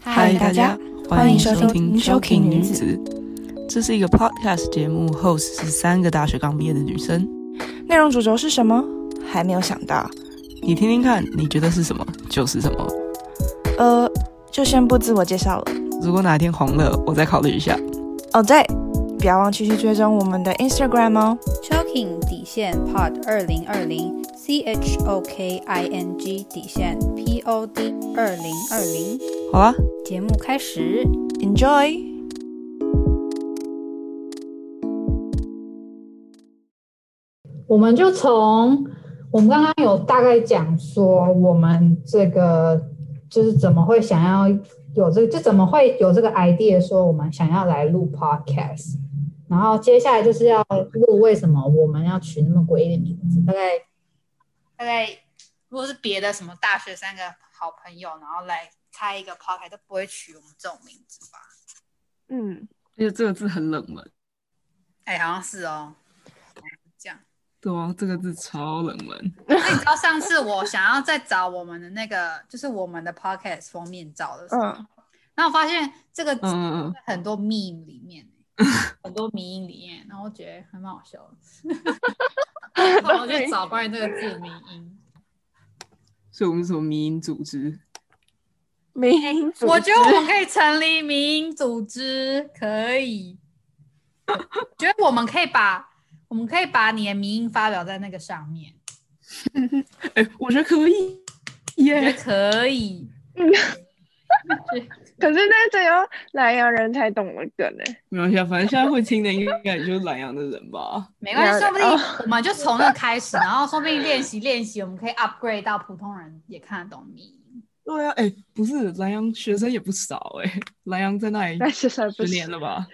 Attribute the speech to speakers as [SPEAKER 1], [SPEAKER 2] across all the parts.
[SPEAKER 1] 嗨，大家，欢迎收听《Shocking 女子》，这是一个 podcast 节目，host 是三个大学刚毕业的女生。
[SPEAKER 2] 内容主轴是什么？还没有想到。
[SPEAKER 1] 你听听看，你觉得是什么就是什么。
[SPEAKER 2] 呃，就先不自我介绍了。
[SPEAKER 1] 如果哪天红了，我再考虑一下。
[SPEAKER 2] 哦，对，不要忘记去追踪我们的 Instagram 哦。
[SPEAKER 3] Choking 底线 Pod 二零二零 C H O K I N G 底线 P O D 二零二零。
[SPEAKER 1] 好啦，
[SPEAKER 3] 节目开始，
[SPEAKER 2] Enjoy。
[SPEAKER 4] 我们就从我们刚刚有大概讲说，我们这个就是怎么会想要有这就怎么会有这个 idea 说我们想要来录 podcast，然后接下来就是要录为什么我们要取那么诡异的名字，大概
[SPEAKER 5] 大概如果是别的什么大学三个好朋友，然后来开一个 p o d 都不会取我们这种名字吧？
[SPEAKER 2] 嗯，
[SPEAKER 1] 而且这个字很冷门，
[SPEAKER 5] 哎、好像是哦。这样，
[SPEAKER 1] 对啊，这个字超冷门。
[SPEAKER 5] 那你知道上次我想要再找我们的那个，就是我们的 podcast 封面照的时候，
[SPEAKER 2] 嗯
[SPEAKER 5] 然后我发现这个
[SPEAKER 1] 嗯
[SPEAKER 5] 在
[SPEAKER 1] 嗯嗯，
[SPEAKER 5] 很多 meme 里面、欸很多迷音里面，然后我觉得还蛮好笑的。然后我就找关于这个字的迷 音，
[SPEAKER 1] 所以我们是什么迷音组织？
[SPEAKER 2] 民族
[SPEAKER 5] 我觉得我们可以成立民营组织，可以。觉得我们可以把我们可以把你的民音发表在那个上面，
[SPEAKER 1] 哎、我觉得可以
[SPEAKER 5] 我觉
[SPEAKER 1] 耶
[SPEAKER 5] 得可以。
[SPEAKER 6] 可是那只有南洋人才懂的梗呢、
[SPEAKER 1] 没关系啊，反正现在会听的应该也就是南洋的人吧。
[SPEAKER 5] 没关系，
[SPEAKER 6] 了
[SPEAKER 5] 说不定
[SPEAKER 6] 哦
[SPEAKER 5] 我们就从那开始，然后说不定练习练习，我们可以 upgrade 到普通人也看得懂民音。
[SPEAKER 1] 对啊，哎、不是南洋学生也不少哎、南洋在那里
[SPEAKER 6] 但是在不
[SPEAKER 1] 十
[SPEAKER 6] 少
[SPEAKER 1] 年了吧？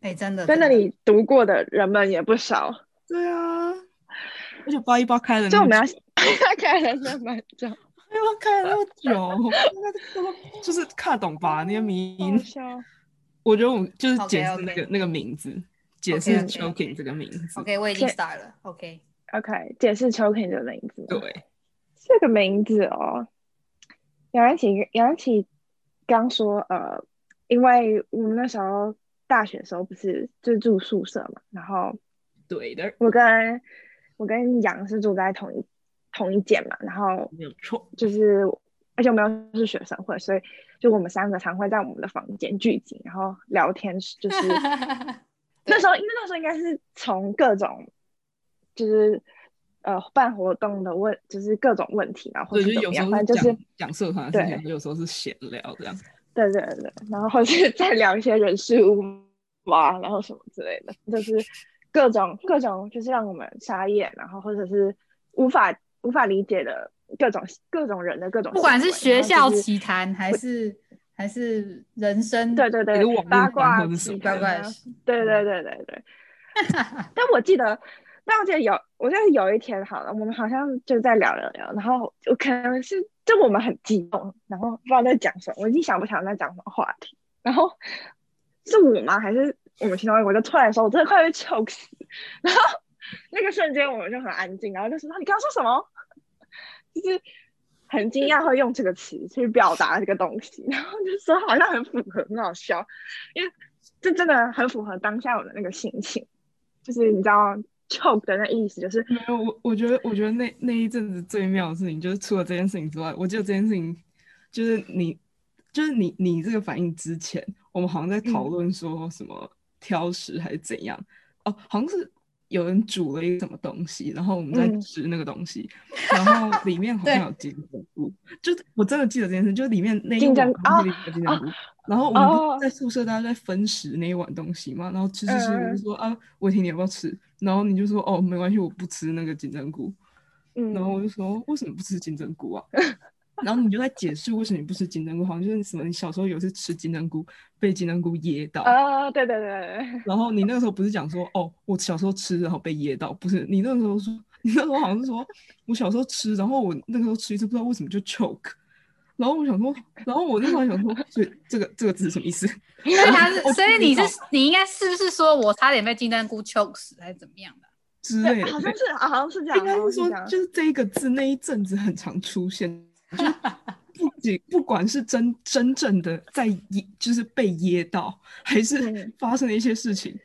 [SPEAKER 5] 哎，真的，
[SPEAKER 6] 在那里读过的人们也不少，
[SPEAKER 1] 对啊，而且八一八开了那么久，
[SPEAKER 6] 就我们要 开人家蛮久，
[SPEAKER 1] 哎呦，开了那么久，那 就是看得懂吧？那些迷
[SPEAKER 6] 好
[SPEAKER 1] 音，
[SPEAKER 6] 笑。
[SPEAKER 1] 我觉得我们就是解释
[SPEAKER 5] OK，OK
[SPEAKER 1] 那个那个名字，解释
[SPEAKER 5] OK，OK
[SPEAKER 1] choking 这个名字。
[SPEAKER 5] OK，我已经 start 了。OK，
[SPEAKER 6] OK，解释秋婷的名字。
[SPEAKER 1] 对，
[SPEAKER 6] 这个名字哦，杨安琪，杨安琪刚说，呃，因为我们那时候大学的时候不是就住宿舍嘛，然后
[SPEAKER 1] 对的，
[SPEAKER 6] 我跟我跟杨是住在同一同一间嘛，然后
[SPEAKER 1] 没有错。
[SPEAKER 6] 就是而且我们又是学生会，所以就我们三个常会在我们的房间聚集，然后聊天，就是 那时候，因为那时候应该是从各种就是呃办活动的问，就是各种问题，然后或
[SPEAKER 1] 对，
[SPEAKER 6] 者
[SPEAKER 1] 就是
[SPEAKER 6] 怎
[SPEAKER 1] 有
[SPEAKER 6] 么
[SPEAKER 1] 时
[SPEAKER 6] 样，
[SPEAKER 1] 候
[SPEAKER 6] 反正就是
[SPEAKER 1] 讲讲社团的事情，有时候是闲聊这样。
[SPEAKER 6] 对对对，然后或是再聊一些人事物啊，然后什么之类的，就是各种各种，就是让我们傻眼，然后或者是无法无法理解的各种各种人的各种行为，
[SPEAKER 5] 不管是学校
[SPEAKER 6] 然后就是
[SPEAKER 5] 奇谈还是还是人生，
[SPEAKER 6] 对对
[SPEAKER 1] 还是
[SPEAKER 6] 对
[SPEAKER 1] 网，络
[SPEAKER 6] 八
[SPEAKER 1] 版
[SPEAKER 6] 卦
[SPEAKER 1] 或者什
[SPEAKER 6] 奇
[SPEAKER 1] 么
[SPEAKER 5] 怪
[SPEAKER 6] 谈
[SPEAKER 5] 怪
[SPEAKER 6] 啊
[SPEAKER 5] 的事，
[SPEAKER 6] 对对对对对。但我记得，但我记得有，我记得有一天好了，我们好像就在聊聊聊，然后我可能是就我们很激动，然后不知道在讲什么，我已经想不起来在讲什么话题，然后是我吗？还是我们其中一个？我就突然说，我真的快被 choke 死，然后那个瞬间我们就很安静，然后就说你刚刚说什么？就是。很惊讶会用这个词去表达这个东西，然后就说好像很符合，很好笑，因为这真的很符合当下我的那个心情，就是你知道 choke 的那意思，就是
[SPEAKER 1] 没有，我我觉得，我觉得那那一阵子最妙的事情，就是除了这件事情之外，我记得这件事情，就是你，就是你，你这个反应之前，我们好像在
[SPEAKER 6] 嗯
[SPEAKER 1] 讨论说什么挑食还是怎样，哦，好像是有人煮了一个什么东西，然后我们在
[SPEAKER 6] 嗯
[SPEAKER 1] 吃那个东西，然后里 面好像有金针菇，就是我真的记得这件事，就是里面那一
[SPEAKER 6] 金针
[SPEAKER 1] 碗好像
[SPEAKER 6] 哦
[SPEAKER 1] 是有金针菇，然后我们
[SPEAKER 6] 哦
[SPEAKER 1] 不是在宿舍大家在分食那一碗东西嘛，然后吃吃吃，我
[SPEAKER 6] 嗯
[SPEAKER 1] 就说啊，伟霆你要不要吃？然后你就说哦，没关系，我不吃那个金针菇。
[SPEAKER 6] 嗯
[SPEAKER 1] 然后我就说为什么不吃金针菇啊？ 然后你就在解释为什么你不吃金针菇，好像就是什么你小时候有一次吃金针菇被金针菇噎到，
[SPEAKER 6] 啊，对对对
[SPEAKER 1] 然后你那个时候不是讲说哦，我小时候吃然后被噎到，不是你那个时候说你那时候好像是说我小时候吃，然后我那个时候吃一次不知道为什么就 choke。然后我想说，然后我那时候还想说，所以这个这个字是什么意思？
[SPEAKER 5] 因为他是
[SPEAKER 1] 我，
[SPEAKER 5] 所以
[SPEAKER 1] 知
[SPEAKER 5] 你是
[SPEAKER 1] 道
[SPEAKER 5] 你应该是不是说我差点被金针菇 choke 死还是怎么样的？
[SPEAKER 1] 之类
[SPEAKER 6] 对，
[SPEAKER 1] 的，
[SPEAKER 6] 好像是好像是这样，
[SPEAKER 1] 应该
[SPEAKER 6] 好
[SPEAKER 1] 是
[SPEAKER 6] 像是这
[SPEAKER 1] 说，
[SPEAKER 6] 样
[SPEAKER 1] 就是这一个字那一阵子很常出现，就是不己不管是真真正的在噎，就是被噎到，还是
[SPEAKER 6] 嗯
[SPEAKER 1] 发生了一些事情，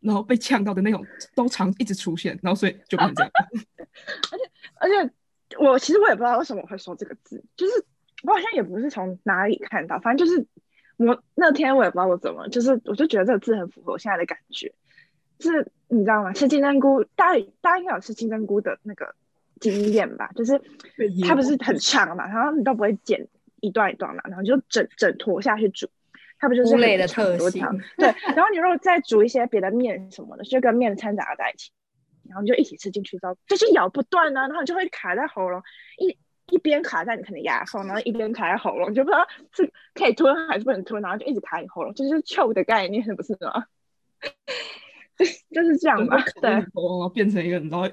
[SPEAKER 1] 然后被呛到的那种，都常一直出现，然后所以就变成这样。
[SPEAKER 6] 哦而且我其实我也不知道为什么我会说这个字，就是我好像也不是从哪里看到，反正就是我那天我也不知道我怎么，就是我就觉得这个字很符合我现在的感觉，就是你知道吗？吃金针菇，大家大家应该有吃金针菇的那个经验吧？就是
[SPEAKER 1] 被噎
[SPEAKER 6] 它不是很长嘛，然后你都不会剪一段一段嘛，然后你就整整坨下去煮。它不就是
[SPEAKER 5] 菇
[SPEAKER 6] 很
[SPEAKER 5] 类的
[SPEAKER 6] 长
[SPEAKER 5] 特
[SPEAKER 6] 很多
[SPEAKER 5] 性
[SPEAKER 6] 条对，然后你如果再煮一些别的面什么的，就跟面掺杂在一起，然后你就一起吃进去之后，就是咬不断啊呢、然后你就会卡在喉咙，一一边卡在你可能牙缝，然后一边卡在喉咙，你就不知道是可以吞还是不能吞，然后就一直卡你喉咙，这就是 choke 的概念，是不是吗？ 就是这样吧，
[SPEAKER 1] 对，
[SPEAKER 6] 对
[SPEAKER 1] 然后啊变成一个，然后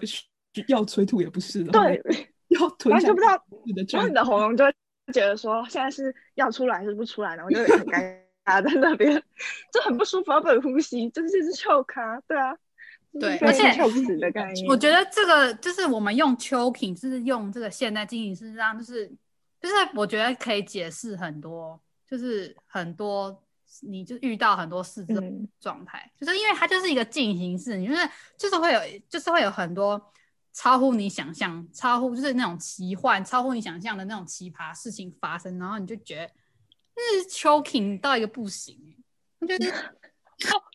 [SPEAKER 1] 要催吐也不是，然后
[SPEAKER 6] 对，
[SPEAKER 1] 要吞
[SPEAKER 6] 然后
[SPEAKER 1] 下
[SPEAKER 6] 就不知道
[SPEAKER 1] 去的
[SPEAKER 6] 然后
[SPEAKER 1] 状
[SPEAKER 6] 你
[SPEAKER 1] 态，
[SPEAKER 6] 的喉咙就会觉得说现在是要出来还是不出来，然后就很尴尬在那边， 就很不舒服，要不能呼吸，就是这是 choke 啊，对啊，
[SPEAKER 5] 对
[SPEAKER 6] 就是
[SPEAKER 5] 而且
[SPEAKER 6] choke 死的概念，
[SPEAKER 5] 我觉得这个就是我们用 choking，就是用这个现代进行式，让就是就是我觉得可以解释很多，就是很多你就遇到很多事之后
[SPEAKER 6] 嗯
[SPEAKER 5] 状态，就是因为它就是一个进行式，你就是就是会有就是会有很多超乎你想象、超乎就是那种奇幻、超乎你想象的那种奇葩事情发生，然后你就觉得就是 choking 到一个不行、我觉得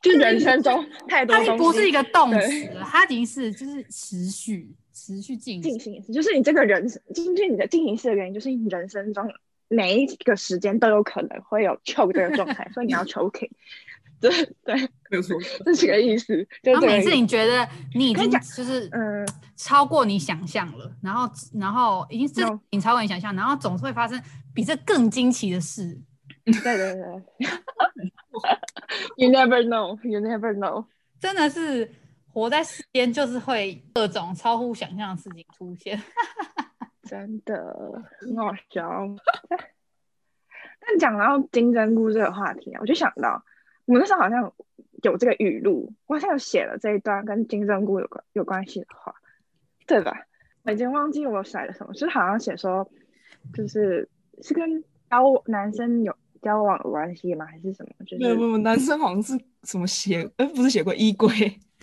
[SPEAKER 6] 就人生中太多
[SPEAKER 5] 它已
[SPEAKER 6] 东西
[SPEAKER 5] 经不是一个动词
[SPEAKER 6] 对
[SPEAKER 5] 了，它已经是就是持续持续进行
[SPEAKER 6] 进。行式，就是你这个人生，就是你的进行式的原因，就是你人生中每一个时间都有可能会有 choke 这个状态，所以你要 choking，对 对，
[SPEAKER 1] 没有错。
[SPEAKER 6] 这是个意思，就是这
[SPEAKER 5] 然后
[SPEAKER 6] 个
[SPEAKER 5] 每
[SPEAKER 6] 意
[SPEAKER 5] 次
[SPEAKER 6] 思。
[SPEAKER 5] 你觉得你已
[SPEAKER 6] 跟
[SPEAKER 5] 经
[SPEAKER 6] 你讲
[SPEAKER 5] 就是
[SPEAKER 6] 嗯
[SPEAKER 5] 超过你想象了，然后然后已经这
[SPEAKER 6] No
[SPEAKER 5] 你超过你想象，然后总是会发生比这更惊奇的事。
[SPEAKER 6] 对对对 ，You never know, you never know。
[SPEAKER 5] 真的是活在世间，就是会各种超乎想象的事情出现。
[SPEAKER 6] 真的很好 笑。但讲到金针菇这个话题啊，我就想到我那时候好像有这个语录，我好像有写了这一段跟金针菇有关有关系的话，对吧？我已经忘记我写了什么，就是好像写说，就是是跟交男生有交往有关系吗？还是什么？就
[SPEAKER 1] 没有没
[SPEAKER 6] 是
[SPEAKER 1] 有，男生好像是什么鞋，呃，不是鞋柜，衣柜。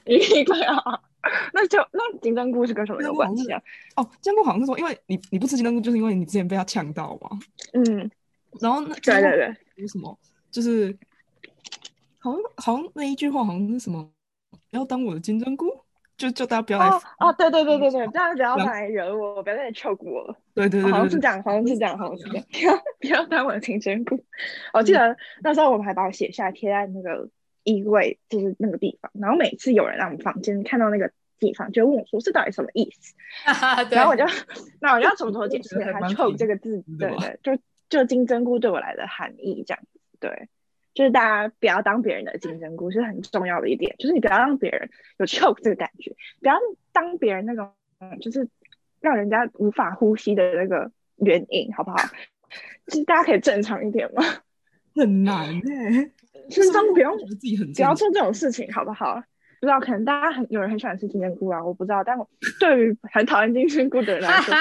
[SPEAKER 6] 一个啊， 那就那金针菇是跟什么有关系啊？
[SPEAKER 1] 哦，坚果好像是说，因为你你不吃金针菇，就是因为你之前被他呛到嘛。
[SPEAKER 6] 嗯，
[SPEAKER 1] 然后那
[SPEAKER 6] 对对对，
[SPEAKER 1] 有什么，就是好像好像那一句话好像是什么，不要当我的金针菇，就就大家不要来
[SPEAKER 6] 哦哦，对对对对对，
[SPEAKER 1] 嗯
[SPEAKER 6] 大家不要
[SPEAKER 1] 然后
[SPEAKER 6] 来惹我，不要来 choke 我。
[SPEAKER 1] 对对对
[SPEAKER 6] 哦好
[SPEAKER 1] 对对
[SPEAKER 6] 像是这样，好像是这样，好像是这样。不要不要当我的金针菇。我
[SPEAKER 1] 嗯
[SPEAKER 6] 记得那时候我们还把它写下来贴在那个衣柜，就是那个地方。然后每次有人来我们房间看到那个地方，就问我说这到底什么意思？
[SPEAKER 5] 对
[SPEAKER 6] 然后我就， 那我就要从头解释
[SPEAKER 1] 我觉得还
[SPEAKER 6] 它
[SPEAKER 1] 蛮
[SPEAKER 6] choke
[SPEAKER 1] 平
[SPEAKER 6] 这个字，
[SPEAKER 1] 的
[SPEAKER 6] 对
[SPEAKER 1] 吧
[SPEAKER 6] 对，就就金针菇对我来的含义这样子，对。就是大家不要当别人的金针菇，是很重要的一点。就是你不要让别人有 choke 这个感觉，不要当别人那种嗯就是让人家无法呼吸的那个原因，好不好？就是大家可以正常一点嘛，
[SPEAKER 1] 很难哎、
[SPEAKER 6] 就是他们不用
[SPEAKER 1] 觉得自己很
[SPEAKER 6] 不要
[SPEAKER 1] 正常
[SPEAKER 6] 做这种事情，好不好？不知道，可能大家很有人很喜欢吃金针菇啊，我不知道。但我对于很讨厌金针菇的人来说，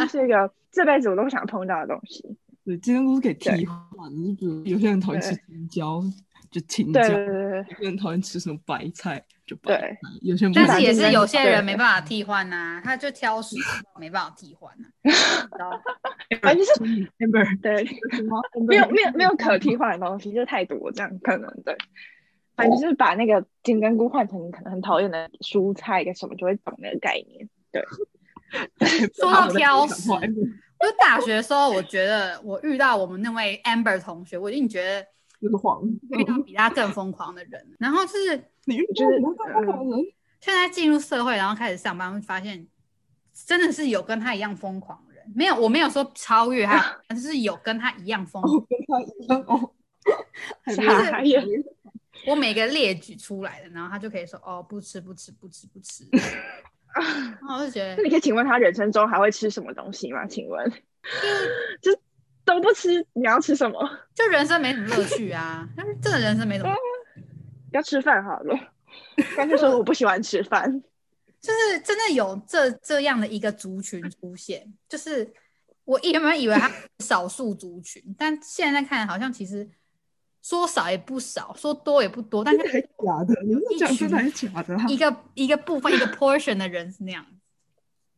[SPEAKER 6] 这是一个这辈子我都不想碰到的东西。
[SPEAKER 1] 对，金针菇是可以替
[SPEAKER 6] 对
[SPEAKER 1] 换的，就比如有些人讨厌吃
[SPEAKER 6] 对
[SPEAKER 1] 青椒，就
[SPEAKER 5] 嗯
[SPEAKER 1] 青椒；
[SPEAKER 6] 对
[SPEAKER 1] 有
[SPEAKER 6] 对对
[SPEAKER 1] 些人讨厌吃什么白菜，就白
[SPEAKER 6] 对
[SPEAKER 1] 菜；有些人不
[SPEAKER 5] 但
[SPEAKER 1] 喜
[SPEAKER 5] 是
[SPEAKER 1] 欢
[SPEAKER 5] 也是有些
[SPEAKER 6] 对
[SPEAKER 5] 人没办法替换呐、他就挑食，没办法替换啊呐、哎
[SPEAKER 6] 对，而且是
[SPEAKER 1] 吃 amber，
[SPEAKER 6] 对，没有没有没有可替换的东西，就太多这样可能对。反正就是把那个金针菇换成你可能很讨厌的蔬菜跟什么，就会懂那个概念。
[SPEAKER 5] 说到挑食
[SPEAKER 1] amber
[SPEAKER 5] 就大学的时候，我觉得我遇到我们那位 Amber 同学，我已经觉得
[SPEAKER 1] 就是黄，
[SPEAKER 5] 遇到比他更疯狂的人了。然后就是
[SPEAKER 1] 你遇
[SPEAKER 6] 就
[SPEAKER 1] 到
[SPEAKER 6] 是
[SPEAKER 1] 你看
[SPEAKER 6] 呃
[SPEAKER 1] 不可能，
[SPEAKER 5] 现在进入社会，然后开始上班，会发现真的是有跟他一样疯狂的人。没有，我没有说超越 他，但是有跟他一样疯狂。
[SPEAKER 1] 哦，跟他一样哦，很
[SPEAKER 6] 傻眼
[SPEAKER 5] 我每个列举出来的，然后他就可以说哦，不吃不吃不吃不吃。 然后我就觉
[SPEAKER 6] 那
[SPEAKER 5] 得
[SPEAKER 6] 你可以请问他人生中还会吃什么东西吗？请问， 就都不吃，你要吃什么？
[SPEAKER 5] 就人生没什么乐趣啊，但是真的人生 没什么，
[SPEAKER 6] 要吃饭好了，干脆说我不喜欢吃 饭。
[SPEAKER 5] 就是真的有这这样的一个族群出现，就是我原本以为它是少数族群，但现在看好像其实说少也不少，说多也不多，但
[SPEAKER 1] 还
[SPEAKER 5] 是
[SPEAKER 1] 假的，你们
[SPEAKER 5] 一
[SPEAKER 1] 讲
[SPEAKER 5] 群
[SPEAKER 1] 真的还是假的啊？
[SPEAKER 5] 一个一个部分一个 portion 的人是那样子，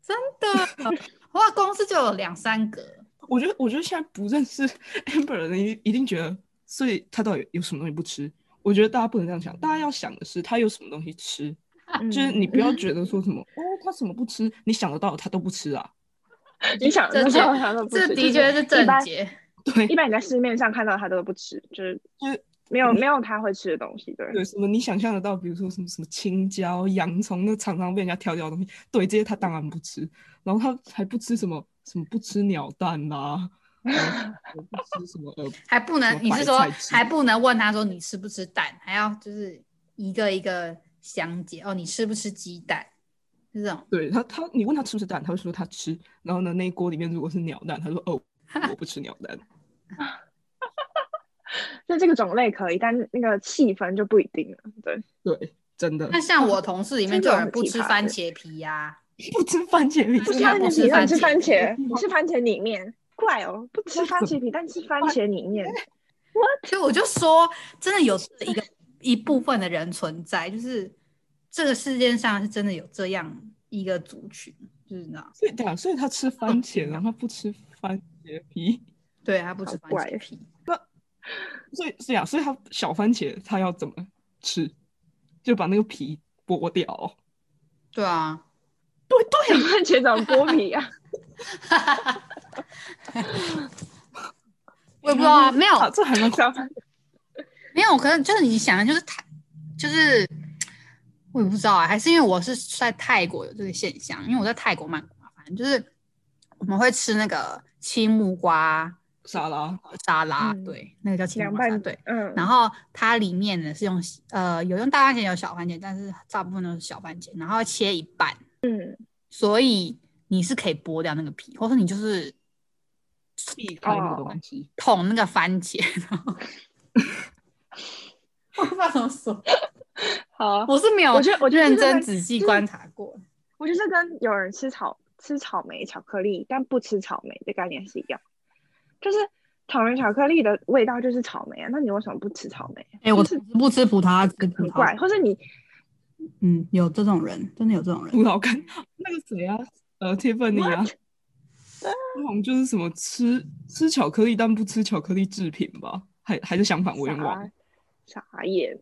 [SPEAKER 5] 真的。我公司就有两三个，
[SPEAKER 1] 我觉得，我觉得现在不认识 Amber 的人一定一定觉得，所以他到底有什么东西不吃？我觉得大家不能这样想，大家要想的是他有什么东西吃，就是
[SPEAKER 6] 嗯
[SPEAKER 1] 你不要觉得说什么、哦，他什么不吃，你想得到他都不吃啊。
[SPEAKER 6] 你想
[SPEAKER 5] 这
[SPEAKER 6] 得
[SPEAKER 5] 确
[SPEAKER 6] 到他都不吃，
[SPEAKER 5] 这
[SPEAKER 6] 就
[SPEAKER 5] 的确是
[SPEAKER 6] 一
[SPEAKER 5] 正
[SPEAKER 6] 般
[SPEAKER 5] 解。
[SPEAKER 1] 对
[SPEAKER 6] 一般你在市面上看到他都不吃，就是
[SPEAKER 1] 就是
[SPEAKER 6] 没有没有他会吃的东西，嗯对。
[SPEAKER 1] 对，什么你想象得到，比如说什么什么青椒、洋葱，那常常被人家挑掉的东西，对这些他当然不吃，然后他还不吃什么什么不吃鸟蛋啦、然后不吃什么呃
[SPEAKER 5] 还不能，
[SPEAKER 1] 什么
[SPEAKER 5] 你
[SPEAKER 1] 白
[SPEAKER 5] 是说
[SPEAKER 1] 菜之
[SPEAKER 5] 还不能问他说你吃不吃蛋，还要就是一个一个详解哦，你吃不吃鸡蛋？是这种
[SPEAKER 1] 对他，他你问他吃不吃蛋，他会说他吃。然后呢，那一锅里面如果是鸟蛋，他说哦，我不吃鸟蛋。
[SPEAKER 6] 就这个种类可以，但那个气氛就不一定了。对，
[SPEAKER 1] 对，真的
[SPEAKER 5] 那像我同事里面
[SPEAKER 6] 这
[SPEAKER 5] 就有
[SPEAKER 6] 种
[SPEAKER 5] 人不
[SPEAKER 6] 奇
[SPEAKER 5] 吃
[SPEAKER 6] 葩
[SPEAKER 5] 番
[SPEAKER 6] 的
[SPEAKER 5] 茄皮呀、
[SPEAKER 1] 不吃番茄米
[SPEAKER 5] 不
[SPEAKER 1] 是
[SPEAKER 5] 是啊
[SPEAKER 1] 吗
[SPEAKER 5] 不
[SPEAKER 6] 茄
[SPEAKER 5] 吃
[SPEAKER 6] 皮，
[SPEAKER 5] 番
[SPEAKER 6] 你吃
[SPEAKER 5] 茄
[SPEAKER 6] 番茄，你吃番茄里面，怪哦，不吃番茄皮，但吃 番茄里面，
[SPEAKER 5] 所以我就说，真的有这一个一部分的人存在，就是这个世界上是真的有这样一个族群，就是那
[SPEAKER 1] 所以对啊，所以他吃番茄，然后他不吃番茄皮，
[SPEAKER 5] 对他不吃
[SPEAKER 6] 好
[SPEAKER 5] 番
[SPEAKER 6] 怪
[SPEAKER 5] 茄皮，
[SPEAKER 1] 所以是啊，所以他小番茄他要怎么吃？就把那个皮剥掉。
[SPEAKER 5] 对啊，
[SPEAKER 6] 小 番茄长剥皮啊，
[SPEAKER 5] 我也不知道啊，没有
[SPEAKER 1] 啊，这还蛮
[SPEAKER 6] 小番
[SPEAKER 5] 没有，可能就是你想，就是泰，就是我也不知道啊，还是因为我是在泰国有这个现象，因为我在泰国曼谷嘛，反正就是我们会吃那个青木瓜
[SPEAKER 1] 沙拉，
[SPEAKER 5] 沙拉，
[SPEAKER 6] 嗯
[SPEAKER 5] 对，那个叫青
[SPEAKER 6] 凉
[SPEAKER 5] 木瓜沙拉，
[SPEAKER 6] 拌
[SPEAKER 5] 对。，
[SPEAKER 6] 嗯，
[SPEAKER 5] 然后它里面呢是用呃有用大番茄有小番茄，但是大部分都是小番茄，然后切一半，
[SPEAKER 6] 嗯，
[SPEAKER 5] 所以你是可以剥掉那个皮，或者你就是
[SPEAKER 1] 避开那个东西。
[SPEAKER 5] 捅那个番茄， 然后我不知道怎么说。
[SPEAKER 6] 好，
[SPEAKER 5] 我是没有，
[SPEAKER 6] 我觉得我觉得
[SPEAKER 5] 认
[SPEAKER 6] 这个
[SPEAKER 5] 真
[SPEAKER 6] 很
[SPEAKER 5] 仔细
[SPEAKER 6] 就是
[SPEAKER 5] 观察过。
[SPEAKER 6] 我觉得这跟有人吃草吃草莓巧克力，但不吃草莓的概念是一样，就是草莓巧克力的味道就是草莓啊，那你为什么不吃草莓？
[SPEAKER 5] 哎、我
[SPEAKER 6] 就是
[SPEAKER 5] 不吃葡萄，吃葡
[SPEAKER 6] 很怪，
[SPEAKER 5] 萄。
[SPEAKER 6] 或者你
[SPEAKER 5] 嗯，有这种人，真的有这种
[SPEAKER 1] 葡
[SPEAKER 5] 人。
[SPEAKER 1] 萄干， 那个谁啊，呃，Tiffany 啊，那种就是什么吃吃巧克力但不吃巧克力制品吧，还还是相反，我有点忘了
[SPEAKER 6] 傻。傻眼，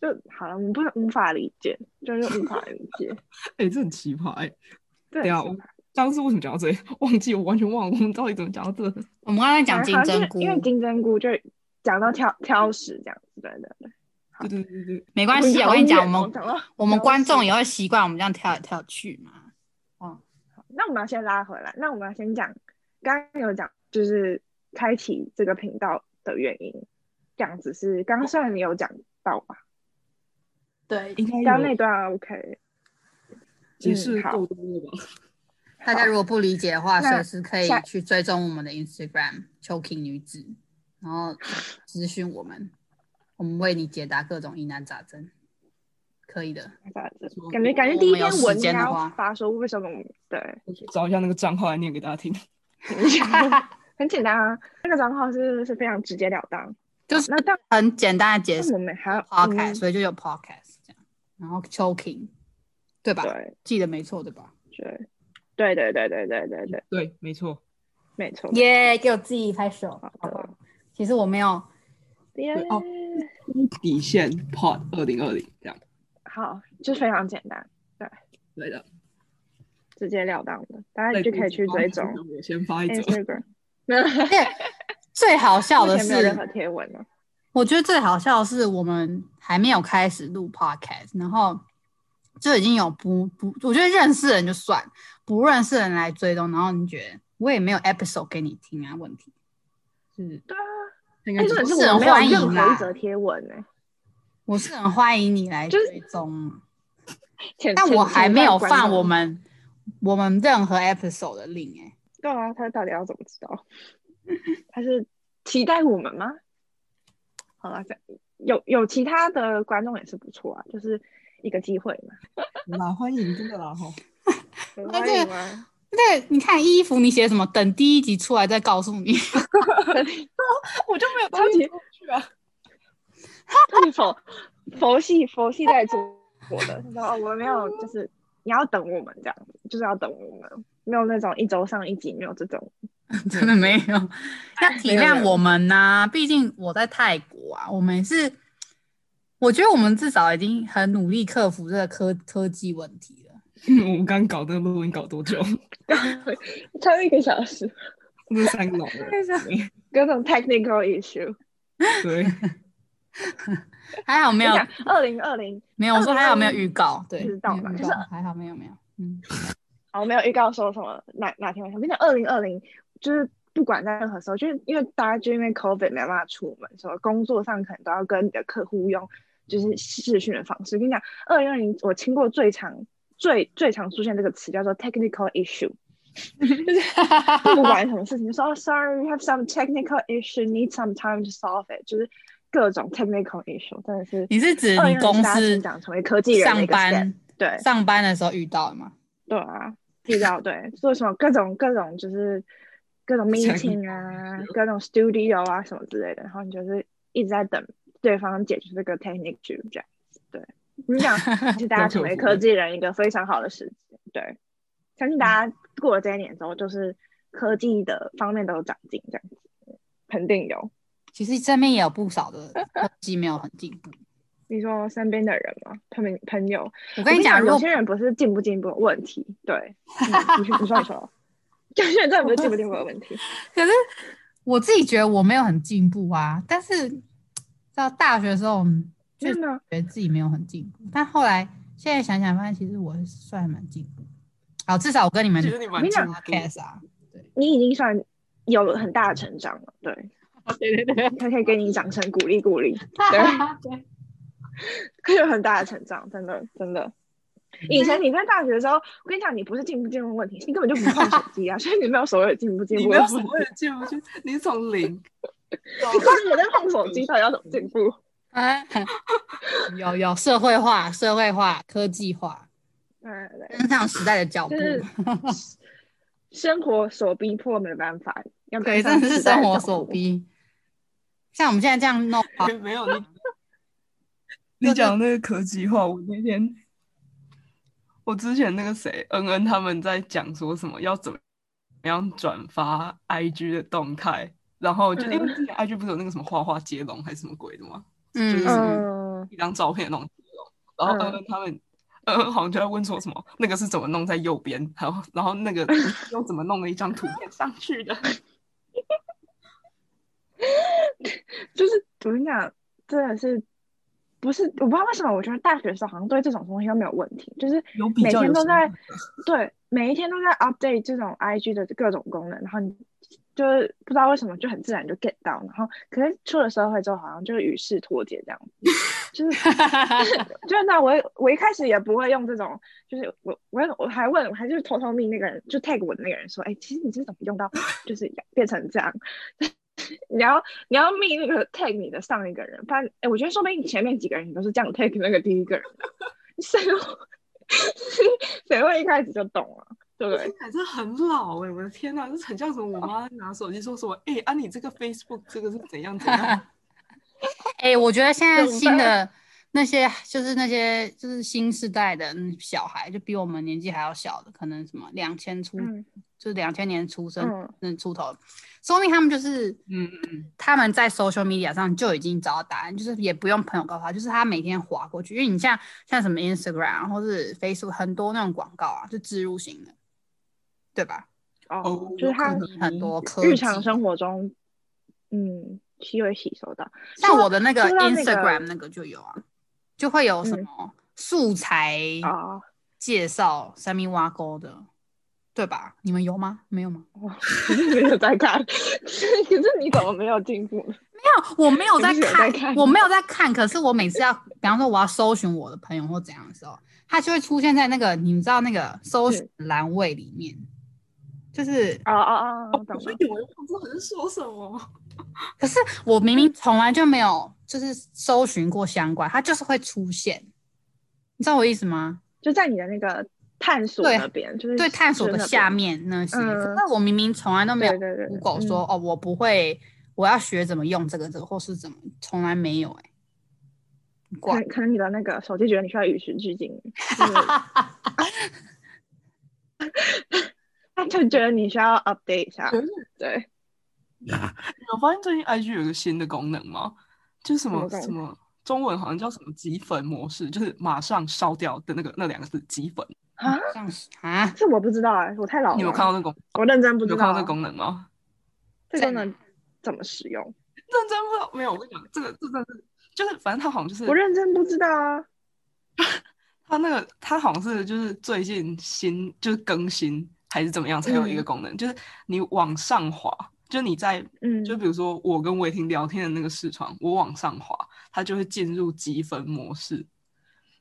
[SPEAKER 6] 就好了，我们不能无法理解，就是无法理解。
[SPEAKER 1] 哎、这很奇葩哎、
[SPEAKER 6] 对
[SPEAKER 1] 对啊，我当时为什么讲到这里？ 忘记，我完全忘了我们到底怎么讲到这个。
[SPEAKER 5] 我们刚才讲
[SPEAKER 6] 反正
[SPEAKER 5] 金
[SPEAKER 6] 好像
[SPEAKER 5] 针
[SPEAKER 6] 就是
[SPEAKER 5] 菇，
[SPEAKER 6] 因为金针菇就讲到挑挑食这样子，对对对。
[SPEAKER 1] 对对对对，
[SPEAKER 5] 没关系啊。我跟你讲，我们
[SPEAKER 6] 讲到
[SPEAKER 5] 我们观
[SPEAKER 6] 有。
[SPEAKER 5] 众也会习惯我们这样跳来跳去嘛。
[SPEAKER 6] 那我们要先拉回来，那我们要先讲，刚刚有讲就是开启这个频道的原因，这样子是刚刚虽然你有讲到吧，
[SPEAKER 5] 对，
[SPEAKER 1] 应该
[SPEAKER 6] 刚刚那
[SPEAKER 1] 有
[SPEAKER 6] 段啊 OK，
[SPEAKER 1] 解释
[SPEAKER 6] 嗯好
[SPEAKER 1] 够多了吧？
[SPEAKER 5] 大家如果不理解的话，随
[SPEAKER 6] 那
[SPEAKER 5] 时可以
[SPEAKER 6] 下
[SPEAKER 5] 去追踪我们的 Instagram “choking 女子”，然后咨询我们，我们为你解答各种疑难杂症。可以的，
[SPEAKER 6] 这样子
[SPEAKER 1] 说
[SPEAKER 6] 感觉感觉第一
[SPEAKER 5] 我们有
[SPEAKER 6] 篇文
[SPEAKER 5] 时
[SPEAKER 6] 应
[SPEAKER 5] 间
[SPEAKER 6] 该
[SPEAKER 5] 的
[SPEAKER 6] 要
[SPEAKER 5] 话
[SPEAKER 6] 发说为什么我们对，
[SPEAKER 1] 我去找一下那个账号来念给大家听。
[SPEAKER 6] 很简单啊，那个账号是是非常直截了当，
[SPEAKER 5] 就是
[SPEAKER 6] 那但
[SPEAKER 5] 很简单的解
[SPEAKER 6] 但
[SPEAKER 5] 释
[SPEAKER 6] 我。们还要
[SPEAKER 5] podcast，、
[SPEAKER 6] 嗯
[SPEAKER 5] 所以就有 podcast 这样，然后 choking，对吧？
[SPEAKER 6] 对
[SPEAKER 5] 记得没错对吧？
[SPEAKER 6] 对对对对对对对对，
[SPEAKER 1] 对，没错。
[SPEAKER 6] 没错，
[SPEAKER 5] 耶、给我自己拍手，好
[SPEAKER 6] 好的
[SPEAKER 5] 吧？其实我没有，
[SPEAKER 6] 耶
[SPEAKER 1] 对哦底线 Pod 二零二零这样，
[SPEAKER 6] 好，就非常简单，
[SPEAKER 1] 对的。
[SPEAKER 6] 直截了当的，大家
[SPEAKER 1] 对
[SPEAKER 6] 就可以去追踪。哎
[SPEAKER 1] 我先发一
[SPEAKER 5] 哦
[SPEAKER 1] 则。
[SPEAKER 6] Instagram，
[SPEAKER 5] 最好笑的
[SPEAKER 6] 目前没有任
[SPEAKER 5] 是
[SPEAKER 6] 何，贴文了。
[SPEAKER 5] 我觉得最好笑的是我们还没有开始录 podcast，然后就已经有不不，我觉得认识人就算，不认识人来追踪，然后你觉得我也没有 episode 给你听啊，问题是
[SPEAKER 6] 对啊，
[SPEAKER 5] 那
[SPEAKER 6] 哎，
[SPEAKER 5] 个
[SPEAKER 6] 这本
[SPEAKER 5] 不
[SPEAKER 6] 是
[SPEAKER 5] 是
[SPEAKER 6] 我
[SPEAKER 5] 很
[SPEAKER 6] 没有
[SPEAKER 5] 欢迎
[SPEAKER 6] 任何
[SPEAKER 5] 啦
[SPEAKER 6] 一，则贴文呢，
[SPEAKER 5] 我是很欢迎你来
[SPEAKER 6] 就是
[SPEAKER 5] 追踪啊。
[SPEAKER 6] 前
[SPEAKER 5] 但我还没有放我。
[SPEAKER 6] 前前半关
[SPEAKER 5] 们我们任何 episode 的 link 哎、
[SPEAKER 6] 注对啊，他到底要怎么知道？ 他是期待我们吗？好了，这有有其他的观众也是不错啊，就是一个机会嘛。
[SPEAKER 1] 啦，欢迎，真的啦哈。
[SPEAKER 6] 很
[SPEAKER 5] 那
[SPEAKER 6] 欢
[SPEAKER 5] 这
[SPEAKER 6] 迎
[SPEAKER 5] 个
[SPEAKER 6] 啊！
[SPEAKER 5] 对，你看衣服，你写什么？等第一集出来再告诉 你。
[SPEAKER 1] 我就没有
[SPEAKER 6] 超级
[SPEAKER 1] 出去啊。
[SPEAKER 6] 超级佛 佛系佛系在做我的，然后哦我没有就是你要等我们这样子，就是要等我们，没有那种一周上一集，没有这种。
[SPEAKER 5] 真的没有， 要
[SPEAKER 6] 没
[SPEAKER 5] 体
[SPEAKER 6] 有没
[SPEAKER 5] 谅
[SPEAKER 6] 有
[SPEAKER 5] 我们呐、毕竟我在泰国啊，我们是，我觉得我们至少已经很努力克服这个科科技问题了。
[SPEAKER 1] 嗯，我们刚搞那个录音搞多久？
[SPEAKER 6] 超一个小时，
[SPEAKER 1] 那三个老人，
[SPEAKER 6] 各种 technical issue。
[SPEAKER 1] 对，
[SPEAKER 5] 还好没有，
[SPEAKER 6] 二零二零，
[SPEAKER 5] 没有，我说还好没有预告，对，
[SPEAKER 6] 知道吧
[SPEAKER 5] 没有预
[SPEAKER 6] 就是
[SPEAKER 5] 告还好没有没有， 嗯，
[SPEAKER 6] 然后没有预告说什么哪哪天晚上，我跟你讲，二零二零就是不管在任何时候，就是因为大家就因为 COVID 没办法出门，所以工作上可能都要跟你的客户用就是视讯的方式。跟你讲，二零二零我听过最常最最常出现这个词叫做 technical issue。不管什么事情，就说、oh, sorry, we have some technical issue, need some time to solve it，就是各种 technical issue，真的是
[SPEAKER 5] 你是指你
[SPEAKER 6] 2020
[SPEAKER 5] 公
[SPEAKER 6] 大家
[SPEAKER 5] 司
[SPEAKER 6] 成长成为科技人的
[SPEAKER 5] 上
[SPEAKER 6] 一个 step，
[SPEAKER 5] 班
[SPEAKER 6] 对
[SPEAKER 5] 上班的时候遇到的吗？
[SPEAKER 6] 对啊，遇到对，做什么各种各种就是各种 meeting 啊，各种 studio 啊什么之类的，然后你就是一直在等对方解决这个 technique 这样子，对，我就想是大家成为科技人一个非常好的时机，对，相信大家过了这一年之后，就是科技的方面都有长进，这样子肯定有。
[SPEAKER 5] 其实身边也有不少的科技没有很进步。
[SPEAKER 6] 你说身边的人吗？他们朋友，
[SPEAKER 5] 我
[SPEAKER 6] 我
[SPEAKER 5] 跟你讲，如
[SPEAKER 6] 有
[SPEAKER 5] 果
[SPEAKER 6] 些人不是进不进步的问题，对，嗯、你去你说你 说，有些人真的不是进不进步的问 题。
[SPEAKER 5] 可是我自己觉得我没有很进步啊，但是到大学的时候，嗯就
[SPEAKER 6] 真的
[SPEAKER 5] 觉得自己没有很进步，但后来现在想想，发现其实我算还蛮进步。好，至少我跟你们
[SPEAKER 1] 其实你蛮
[SPEAKER 6] 我跟你
[SPEAKER 1] 进
[SPEAKER 6] 讲
[SPEAKER 1] 步
[SPEAKER 5] podcast 啊，
[SPEAKER 6] 嗯你已经算有了很大的成长了，哦对，
[SPEAKER 5] 对对对，
[SPEAKER 6] 他可以给你掌声鼓励鼓励，对，可以有很大的成长，真的真的。
[SPEAKER 5] 嗯
[SPEAKER 6] 以 前你在大学的时候，我跟你讲，你不是进不进入问题，你根本就不碰手机啊， 所以你没有所谓的进不进
[SPEAKER 1] 你
[SPEAKER 6] 步
[SPEAKER 1] 没
[SPEAKER 6] 的
[SPEAKER 1] 有
[SPEAKER 6] 问
[SPEAKER 1] 所
[SPEAKER 6] 题。
[SPEAKER 1] 谓的进步，就你是从 零到
[SPEAKER 6] 你光是在碰手机，到底要怎么进步？
[SPEAKER 5] 啊，有有社会化、社会化、科技化，
[SPEAKER 6] 对对对，
[SPEAKER 5] 跟上时代的脚步
[SPEAKER 6] 就，是
[SPEAKER 5] 嗯
[SPEAKER 6] 生活所逼迫，没办法，要跟
[SPEAKER 5] 对，
[SPEAKER 6] 上
[SPEAKER 5] 真的是
[SPEAKER 6] 时代
[SPEAKER 5] 生
[SPEAKER 6] 的
[SPEAKER 5] 活
[SPEAKER 6] 脚
[SPEAKER 5] 所
[SPEAKER 6] 步。
[SPEAKER 5] 逼。像我们现在这样弄，
[SPEAKER 1] 没有你， 你讲那个科技化，我那天， 我之前那个谁，恩恩他们在讲说什么要怎么样转发 IG 的动态，然后就、因为之前 IG 不是有那个什么画画接龙还是什么鬼的吗？
[SPEAKER 5] 嗯，
[SPEAKER 6] 嗯，
[SPEAKER 1] 一张照片的那种接龙，然后恩恩他们。恩恩好像就在问说什么，那个是怎么弄在右边， 然后然后那个又怎么弄了一张图片上去 的？
[SPEAKER 6] 就是我跟你讲，真的是不是我不知道为什么，我觉得大学的时候好像对这种东西都没有问题，就是
[SPEAKER 1] 有比
[SPEAKER 6] 每
[SPEAKER 1] 较
[SPEAKER 6] 天
[SPEAKER 1] 有
[SPEAKER 6] 都
[SPEAKER 1] 什么
[SPEAKER 6] 在对每一天都在 update 这种 IG 的各种功能，然后你就是不知道为什么就很自然就 get 到，然后可是出了社会之后好像就是与世脱节这样子，就是 就是那我也我一开始也不会用这种，就是我我我还问我还就是偷偷命那个人就 tag 我的那个人说，哎、其实你是怎么用到就是变成这样？ 你要你要命那个 tag 你的上一个人，不然哎、我觉得说不定你前面几个人你都是这样 tag 那个第一个人的， 谁会谁会一开始就懂啊？对不对？
[SPEAKER 1] 哎这很老哎、我的天呐，这很像什么？我妈拿手机说什么？哎、啊，你这个 Facebook 这个是怎样怎样？
[SPEAKER 5] 哎、我觉得现在
[SPEAKER 6] 怎么
[SPEAKER 5] 新
[SPEAKER 6] 办
[SPEAKER 5] 的那些，就是那些就是新时代的嗯小孩，就比我们年纪还要小的，可能什么两千出，
[SPEAKER 6] 嗯
[SPEAKER 5] 就是两千年出生
[SPEAKER 6] 嗯
[SPEAKER 5] 那、出头，说明他们就是
[SPEAKER 1] 嗯嗯，
[SPEAKER 5] 他们在 social media 上就已经找到答案，就是也不用朋友告诉他，就是他每天划过去，因为你像像什么 Instagram 或是 Facebook 很多那种广告啊，是植入型的，对吧？
[SPEAKER 6] 哦
[SPEAKER 1] 哦，
[SPEAKER 6] 就是他
[SPEAKER 1] 有可
[SPEAKER 5] 你很多哦科
[SPEAKER 6] 日
[SPEAKER 5] 技
[SPEAKER 6] 常生活中，嗯，是会吸收到。
[SPEAKER 5] 像我的那个
[SPEAKER 6] 说到那个
[SPEAKER 5] Instagram 那个就有啊，就会有什
[SPEAKER 6] 嗯
[SPEAKER 5] 么素材
[SPEAKER 6] 哦
[SPEAKER 5] 介绍三米挖沟的，对吧？你们有吗？没有吗？
[SPEAKER 6] 没有在看， 可是你怎么没有进步呢？
[SPEAKER 5] 没有，我没有在
[SPEAKER 6] 你不是有
[SPEAKER 5] 看，
[SPEAKER 6] 在看
[SPEAKER 5] 我没有在看。可是我每次要，比方说我要搜寻我的朋友或怎样的时候，它就会出现在那个你们知道那个搜寻栏位里面，就是
[SPEAKER 6] 哦哦哦，懂
[SPEAKER 1] 所
[SPEAKER 6] 了
[SPEAKER 1] 以。有人不知道我在说什么。
[SPEAKER 5] 可是我明明从来就没有就是搜寻过相关，它就是会出现，你知道我意思吗？
[SPEAKER 6] 就在你的那个探索
[SPEAKER 5] 对
[SPEAKER 6] 那边，就是
[SPEAKER 5] 对探索的
[SPEAKER 6] 那边
[SPEAKER 5] 下。面那些，
[SPEAKER 6] 嗯
[SPEAKER 5] 那、我明明从来都没有
[SPEAKER 6] 对对嗯对对
[SPEAKER 5] Google 说、哦，我不会，我要学怎么用这个这个，或是怎么，从来没有哎、很
[SPEAKER 6] 可
[SPEAKER 5] 怪
[SPEAKER 6] 能可能你的那个手机觉得你需要与时俱进，就是他 就觉得你需要 update 一下
[SPEAKER 1] 有。点
[SPEAKER 6] 对，
[SPEAKER 1] 有发现最近 IG 有一个新的功能吗？就是什么
[SPEAKER 6] 什么功能
[SPEAKER 1] 什么中文好像叫什么“积粉模式”，就是马上烧掉的那个那两个字“积粉
[SPEAKER 6] 啊，
[SPEAKER 5] 像是啊，
[SPEAKER 6] 这我不知道哎，我太老”。了。
[SPEAKER 1] 你有看到那个功？
[SPEAKER 6] 我认真不
[SPEAKER 1] 有
[SPEAKER 6] 知
[SPEAKER 1] 看
[SPEAKER 6] 道
[SPEAKER 1] 到这个功能吗？
[SPEAKER 6] 这
[SPEAKER 5] 在
[SPEAKER 6] 功
[SPEAKER 5] 哪
[SPEAKER 6] 能怎么使用，
[SPEAKER 1] 认真不知道没有？我跟你讲，这个这真的是就是，反正它好像就是
[SPEAKER 6] 我认真不知道啊。
[SPEAKER 1] 它那个它好像是就是最近新就是更新还是怎么样才有一个
[SPEAKER 6] 嗯
[SPEAKER 1] 功能，就是你往上滑，就是你在
[SPEAKER 6] 嗯，
[SPEAKER 1] 就比如说我跟伟霆聊天的那个视窗，我往上滑，它就会进入积分模式。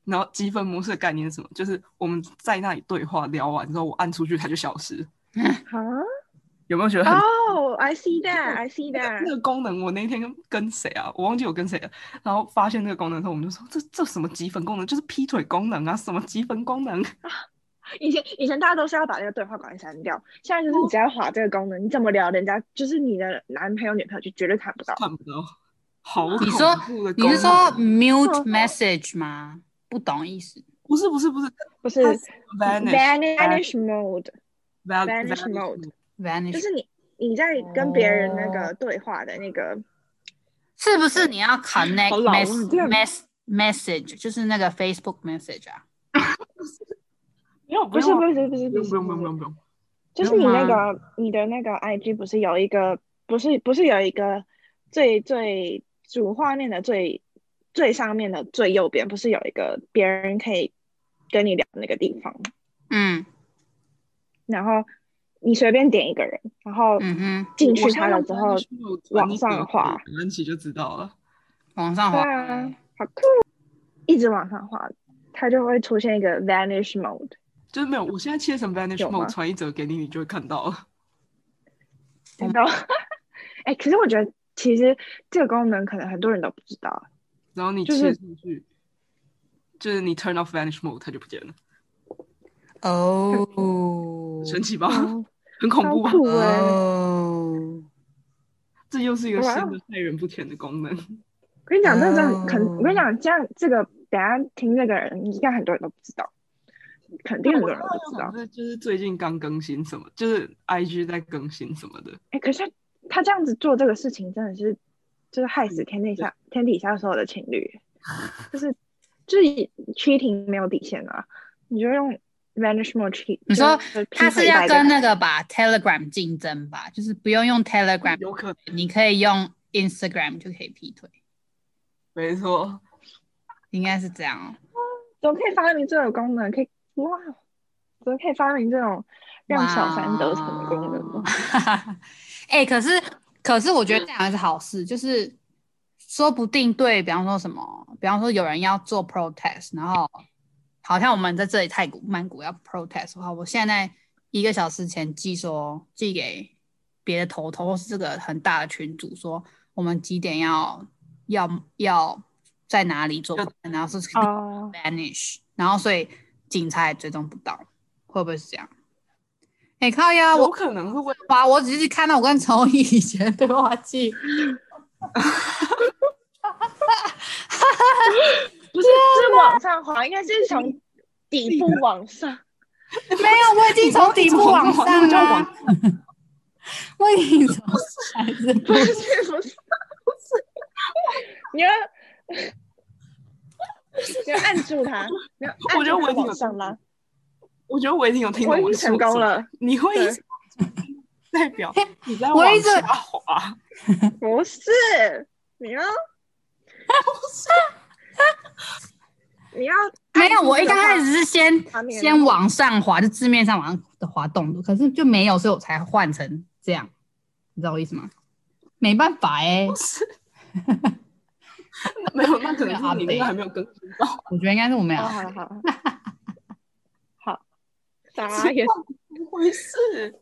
[SPEAKER 1] 然后积分模式的概念是什么？就是我们在那里对话聊完之后，我按出去它就消失。
[SPEAKER 6] 啊。
[SPEAKER 1] 有没有觉得很？
[SPEAKER 6] 哦、i see that, I see
[SPEAKER 1] 那个
[SPEAKER 6] that
[SPEAKER 1] 那。个功能，我那天跟跟谁啊？我忘记我跟谁了。然后发现这个功能的时候，我们就说这这什么积分功能？就是劈腿功能啊，什么积分功 能？
[SPEAKER 6] 以前以前大家都是要把那个对话管删掉，现在
[SPEAKER 1] 哦
[SPEAKER 6] 就是你只要划这个功能，你怎么聊人家就是你的男朋友女朋友就绝对看不到。
[SPEAKER 1] 看不到，好恐
[SPEAKER 5] 你说
[SPEAKER 1] 怖的功能！啊
[SPEAKER 5] 你是说 mute
[SPEAKER 6] 哦
[SPEAKER 5] message 吗？不懂意思，
[SPEAKER 1] 不是不是不是
[SPEAKER 6] 不是
[SPEAKER 1] vanish
[SPEAKER 6] vanish vanish mode，
[SPEAKER 1] van-
[SPEAKER 6] vanish
[SPEAKER 1] vanish
[SPEAKER 6] mode
[SPEAKER 1] mode
[SPEAKER 6] 就
[SPEAKER 5] vanish
[SPEAKER 6] 是你你在跟别人那
[SPEAKER 1] 哦
[SPEAKER 6] 个对话的那个，
[SPEAKER 5] 是不是你要 connect
[SPEAKER 6] 好老啊
[SPEAKER 5] mess
[SPEAKER 6] 这样
[SPEAKER 5] mess message 就是那个 Facebook message 啊？
[SPEAKER 1] 没有
[SPEAKER 6] 不是不是不是
[SPEAKER 1] 不
[SPEAKER 6] 不是
[SPEAKER 1] 用不用不用不用。
[SPEAKER 6] 就是你那个你的那个 IG 不是有一个不是不是有一个最最主画面的最最上面的最右边不是有一个别人可以跟你聊的那个地方吗？
[SPEAKER 5] 嗯
[SPEAKER 6] 然后你随便点一个人，然后
[SPEAKER 5] 嗯哼，
[SPEAKER 6] 进去
[SPEAKER 1] 我现
[SPEAKER 6] 他
[SPEAKER 1] 在
[SPEAKER 6] 了
[SPEAKER 1] 用
[SPEAKER 6] 之后
[SPEAKER 1] Vanish，mode，
[SPEAKER 6] 往
[SPEAKER 1] 你
[SPEAKER 6] 上
[SPEAKER 1] 只要
[SPEAKER 6] 滑
[SPEAKER 1] 点安琪就知道了。
[SPEAKER 5] 往上
[SPEAKER 6] 对
[SPEAKER 5] 滑，
[SPEAKER 6] 啊，好酷，一直往上滑，它就会出现一个 vanish mode。
[SPEAKER 1] 就是没有，我现在切成 vanish
[SPEAKER 6] 有吗
[SPEAKER 1] mode 传一折给你，你就会看到了。嗯
[SPEAKER 6] 然后， 哎，可是我觉得其实这个功能可能很多人都不知道，
[SPEAKER 1] 然后你
[SPEAKER 6] 就
[SPEAKER 1] 切
[SPEAKER 6] 是
[SPEAKER 1] 出去，就是你 turn off vanish mode，它就不见了，
[SPEAKER 5] 哦
[SPEAKER 1] 神奇吧？
[SPEAKER 6] 哦
[SPEAKER 1] 很啊恐
[SPEAKER 6] 超
[SPEAKER 1] 怖吧？
[SPEAKER 6] 酷哎！
[SPEAKER 5] 哦，
[SPEAKER 1] 这又是一个
[SPEAKER 6] 哇哦
[SPEAKER 1] 新的害人不浅的功能。
[SPEAKER 6] 我跟你讲，这真的很肯，
[SPEAKER 5] 哦
[SPEAKER 6] 我跟你讲，这样这个等下听这个人，应该很多人都不知道，肯定很多人都不知道。
[SPEAKER 1] 是就是最近刚更新什么，就是 IG 在更新什么的，
[SPEAKER 6] 哎，可是他他这样子做这个事情，真的是就是害死天底下天底下所有的情 侣，就是就是以 cheating 没有底线啊！你就用 vanish mode cheat，
[SPEAKER 5] 你说
[SPEAKER 6] 就是劈
[SPEAKER 5] 他
[SPEAKER 6] 腿
[SPEAKER 5] 是
[SPEAKER 6] 一
[SPEAKER 5] 要
[SPEAKER 6] 百个
[SPEAKER 5] 跟那个吧 Telegram 竞争吧，就是不用用 Telegram，
[SPEAKER 1] 有可能
[SPEAKER 5] 你可以用 Instagram 就可以劈腿，
[SPEAKER 1] 没错。
[SPEAKER 5] 应该是这样哦。
[SPEAKER 6] 怎么可以发明这种功能？可以哇，怎么可以发明这种让小三得逞的功能呢？
[SPEAKER 5] 哇。 哎、可是可是我觉得这样还是好事，就是说不定对，比方说什么，比方说有人要做 protest，然后好像我们在这里泰国曼谷要 protest 的话，我现在一个小时前寄说寄给别的头头或是这个很大的群主说，我们几点要要要在哪里做
[SPEAKER 1] 要，
[SPEAKER 5] 然后是
[SPEAKER 6] 哦，
[SPEAKER 5] vanish，然后所以警察也追踪不到，会不会是这样？哎、靠呀，
[SPEAKER 1] 有
[SPEAKER 5] 我
[SPEAKER 1] 可能是为
[SPEAKER 5] 哇，我只是看到我跟陈宏毅以前的对话记，
[SPEAKER 6] 不是，是往上滑，应该是从底部往上。
[SPEAKER 5] 没有，我已经从底部往上
[SPEAKER 1] 就
[SPEAKER 5] 了、
[SPEAKER 1] 往
[SPEAKER 5] 啊， 我已经 从还
[SPEAKER 6] 不是
[SPEAKER 5] 是
[SPEAKER 6] 不 是不是，你要你要按住它，你要
[SPEAKER 1] 我觉
[SPEAKER 6] 按
[SPEAKER 1] 得
[SPEAKER 6] 住
[SPEAKER 1] 我
[SPEAKER 6] 它
[SPEAKER 1] 已经有
[SPEAKER 6] 往上拉。
[SPEAKER 1] 我觉得我已经有听
[SPEAKER 6] 我
[SPEAKER 1] 懂
[SPEAKER 6] 已
[SPEAKER 1] 我
[SPEAKER 6] 经
[SPEAKER 1] 在
[SPEAKER 6] 成
[SPEAKER 1] 说什
[SPEAKER 6] 功
[SPEAKER 1] 么，
[SPEAKER 6] 了，
[SPEAKER 1] 你会一
[SPEAKER 6] 对
[SPEAKER 1] 直往上代表你在
[SPEAKER 5] 我
[SPEAKER 1] 往
[SPEAKER 5] 一直
[SPEAKER 1] 下滑，
[SPEAKER 6] 不是，你要你要
[SPEAKER 5] 没 有，我一刚开始是先
[SPEAKER 6] 画面
[SPEAKER 5] 先往上滑，就字面上往上的滑动作，可是就没有，所以我才换成这样，你知道我意思吗？没办法哎、
[SPEAKER 1] 没有，那可能是你那
[SPEAKER 5] update
[SPEAKER 1] 个还没有更 新到。
[SPEAKER 5] 我觉得应该是我没有
[SPEAKER 6] 哦，好了好了 好，傻眼，
[SPEAKER 1] 怎么回事？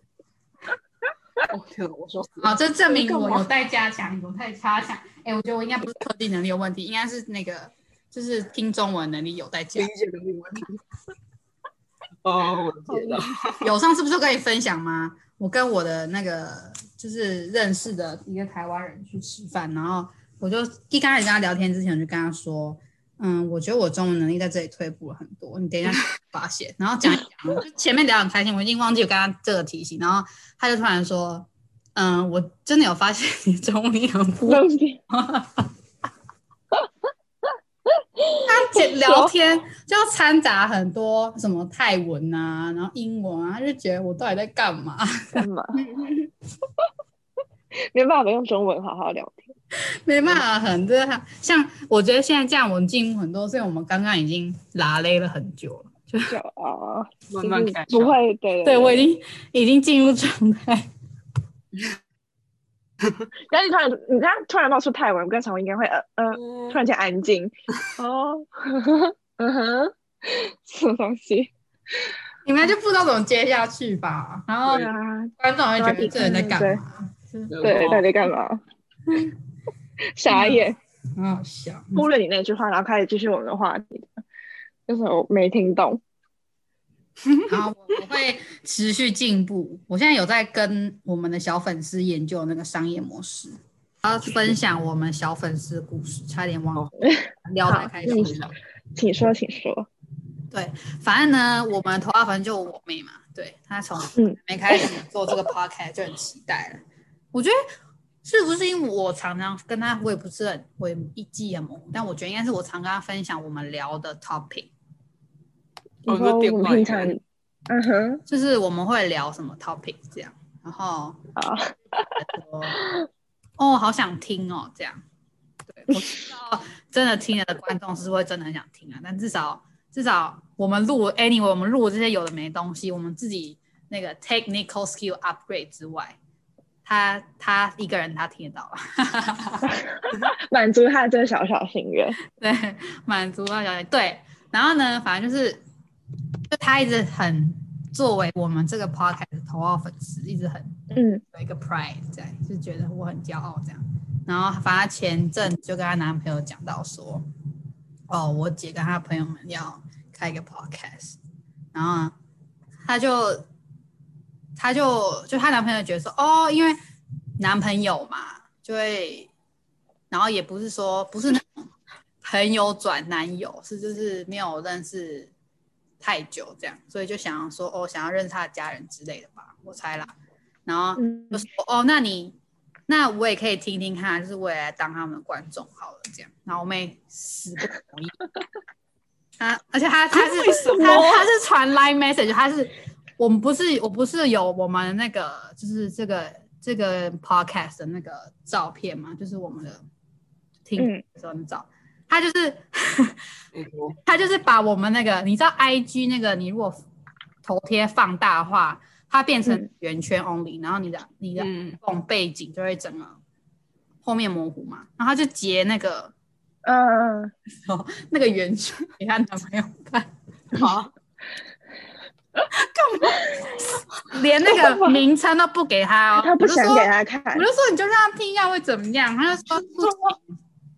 [SPEAKER 1] 哦天哪，我说死了
[SPEAKER 5] 好，这证明我有待加强，有待加强。哎、我觉得我应该不是科技能力有问题，应该是那个就是听中文能力有待加
[SPEAKER 1] 理
[SPEAKER 5] 强。
[SPEAKER 1] 解能力问题。 哦，我知道。
[SPEAKER 5] 有上次不是跟你分享吗？我跟我的那个就是认识的一个台湾人去吃饭，然后我就一开始跟他聊天之前，我就跟他说，嗯，我觉得我中文能力在这里退步了很多，你等一下发现。然后讲一讲，就前面聊得很开心，我已经忘记我跟他这个提醒，然后他就突然说，嗯，我真的有发现你中文力很不
[SPEAKER 6] 东 西
[SPEAKER 5] 他聊天就掺杂很多什么泰文啊，然后英文啊，他就觉得我到底在干嘛？
[SPEAKER 6] 干嘛？没办法用中文好好聊天，
[SPEAKER 5] 没办法，很这像我觉得现在这样我们进步很多，所以我们刚刚已经拉勒了很久了。
[SPEAKER 6] 就啊，
[SPEAKER 1] 慢
[SPEAKER 6] 就
[SPEAKER 1] 慢
[SPEAKER 6] 是
[SPEAKER 1] 改
[SPEAKER 6] 不
[SPEAKER 1] 善
[SPEAKER 6] 会，对
[SPEAKER 5] 对
[SPEAKER 6] 对，
[SPEAKER 5] 我已经已经进入状态，
[SPEAKER 6] 然后你突然，你这样突然冒出泰文，我跟常文应该会呃呃，突然间安静。哦，嗯哼，什么东西？
[SPEAKER 5] 你们就不知道怎么接下去吧？然后
[SPEAKER 6] 对啊，
[SPEAKER 5] 观众会觉得这人在干嘛？
[SPEAKER 6] 对，
[SPEAKER 1] 对
[SPEAKER 6] 到底干嘛？傻眼，
[SPEAKER 5] 很好笑。
[SPEAKER 6] 忽略你那句话，然后开始继续我们的话题。就是我没听懂，
[SPEAKER 5] 然后我我会持续进步。我现在有在跟我们的小粉丝研究那个商业模式，然后分享我们小粉丝的故事，差点忘了聊太开心了。
[SPEAKER 6] 请说，请说。
[SPEAKER 5] 对，反正呢，我们头发反正就我妹嘛，对她从
[SPEAKER 6] 嗯
[SPEAKER 5] 没开始做这个 podcast 就很期待了。我觉得是不是因为我常常跟她，我也不是很我也一记很模糊，但我觉得应该是我常跟她分享我们聊的 topic，
[SPEAKER 1] 哦
[SPEAKER 6] 然
[SPEAKER 1] 你说
[SPEAKER 6] 后
[SPEAKER 1] 电
[SPEAKER 6] 我们
[SPEAKER 1] 话
[SPEAKER 6] 平
[SPEAKER 1] 也
[SPEAKER 6] 常
[SPEAKER 1] 可以，
[SPEAKER 6] 嗯哼，
[SPEAKER 5] 就是我们会聊什么 topic 这样，然后
[SPEAKER 6] 好，
[SPEAKER 5] 说哦，好想听哦，这样。对，我知道真的听了的观众是会真的很想听啊，但至少至少我们录 anyway，我们录这些有的没东西，我们自己那个 technical skill upgrade 之外，他他一个人他听得到了，
[SPEAKER 6] 满足他的这小小心愿。
[SPEAKER 5] 对，满足到小姐对。然后呢，反正就是就他一直很作为我们这个 podcast 的头号粉丝，一直很
[SPEAKER 6] 嗯，
[SPEAKER 5] 有一个 pride 在，就觉得我很骄傲这样。然后反正她前阵就跟她男朋友讲到说，哦，我姐跟她朋友们要开一个 podcast，然后她就她就就她男朋友觉得说，哦，因为男朋友嘛，就会，然后也不是说不是那种朋友转男友，是就是没有认识太久这样，所以就想要说，哦，想要认识他的家人之类的吧，我猜啦。然后
[SPEAKER 6] 嗯
[SPEAKER 5] 就说哦，那你那我也可以听听看，就是我也来当他们的观众好了，这样。然后我妹死不同意，啊，而且她她是她她是传 line message，她是我们不是我不是有我们那个就是这个这个 podcast 的那个照片嘛，就是我们的听
[SPEAKER 6] 嗯
[SPEAKER 5] 的时候的照，她就是
[SPEAKER 1] 没错
[SPEAKER 5] 他就是把我们那个，你知道 I G 那个，你如果头贴放大的话，它变成
[SPEAKER 6] 嗯
[SPEAKER 5] 圆圈 only，、然后你的你的
[SPEAKER 1] 嗯，
[SPEAKER 5] 这种背景就会整个后面模糊嘛，然后他就截那个
[SPEAKER 6] 嗯，嗯
[SPEAKER 5] 那个圆圈给她男朋友看，
[SPEAKER 1] 好，
[SPEAKER 5] 连那个名称都不给他哦，
[SPEAKER 6] 他不
[SPEAKER 5] 我就
[SPEAKER 6] 想
[SPEAKER 5] 说
[SPEAKER 6] 给他看，
[SPEAKER 5] 我就说你就让他听一下会怎么样，他就说不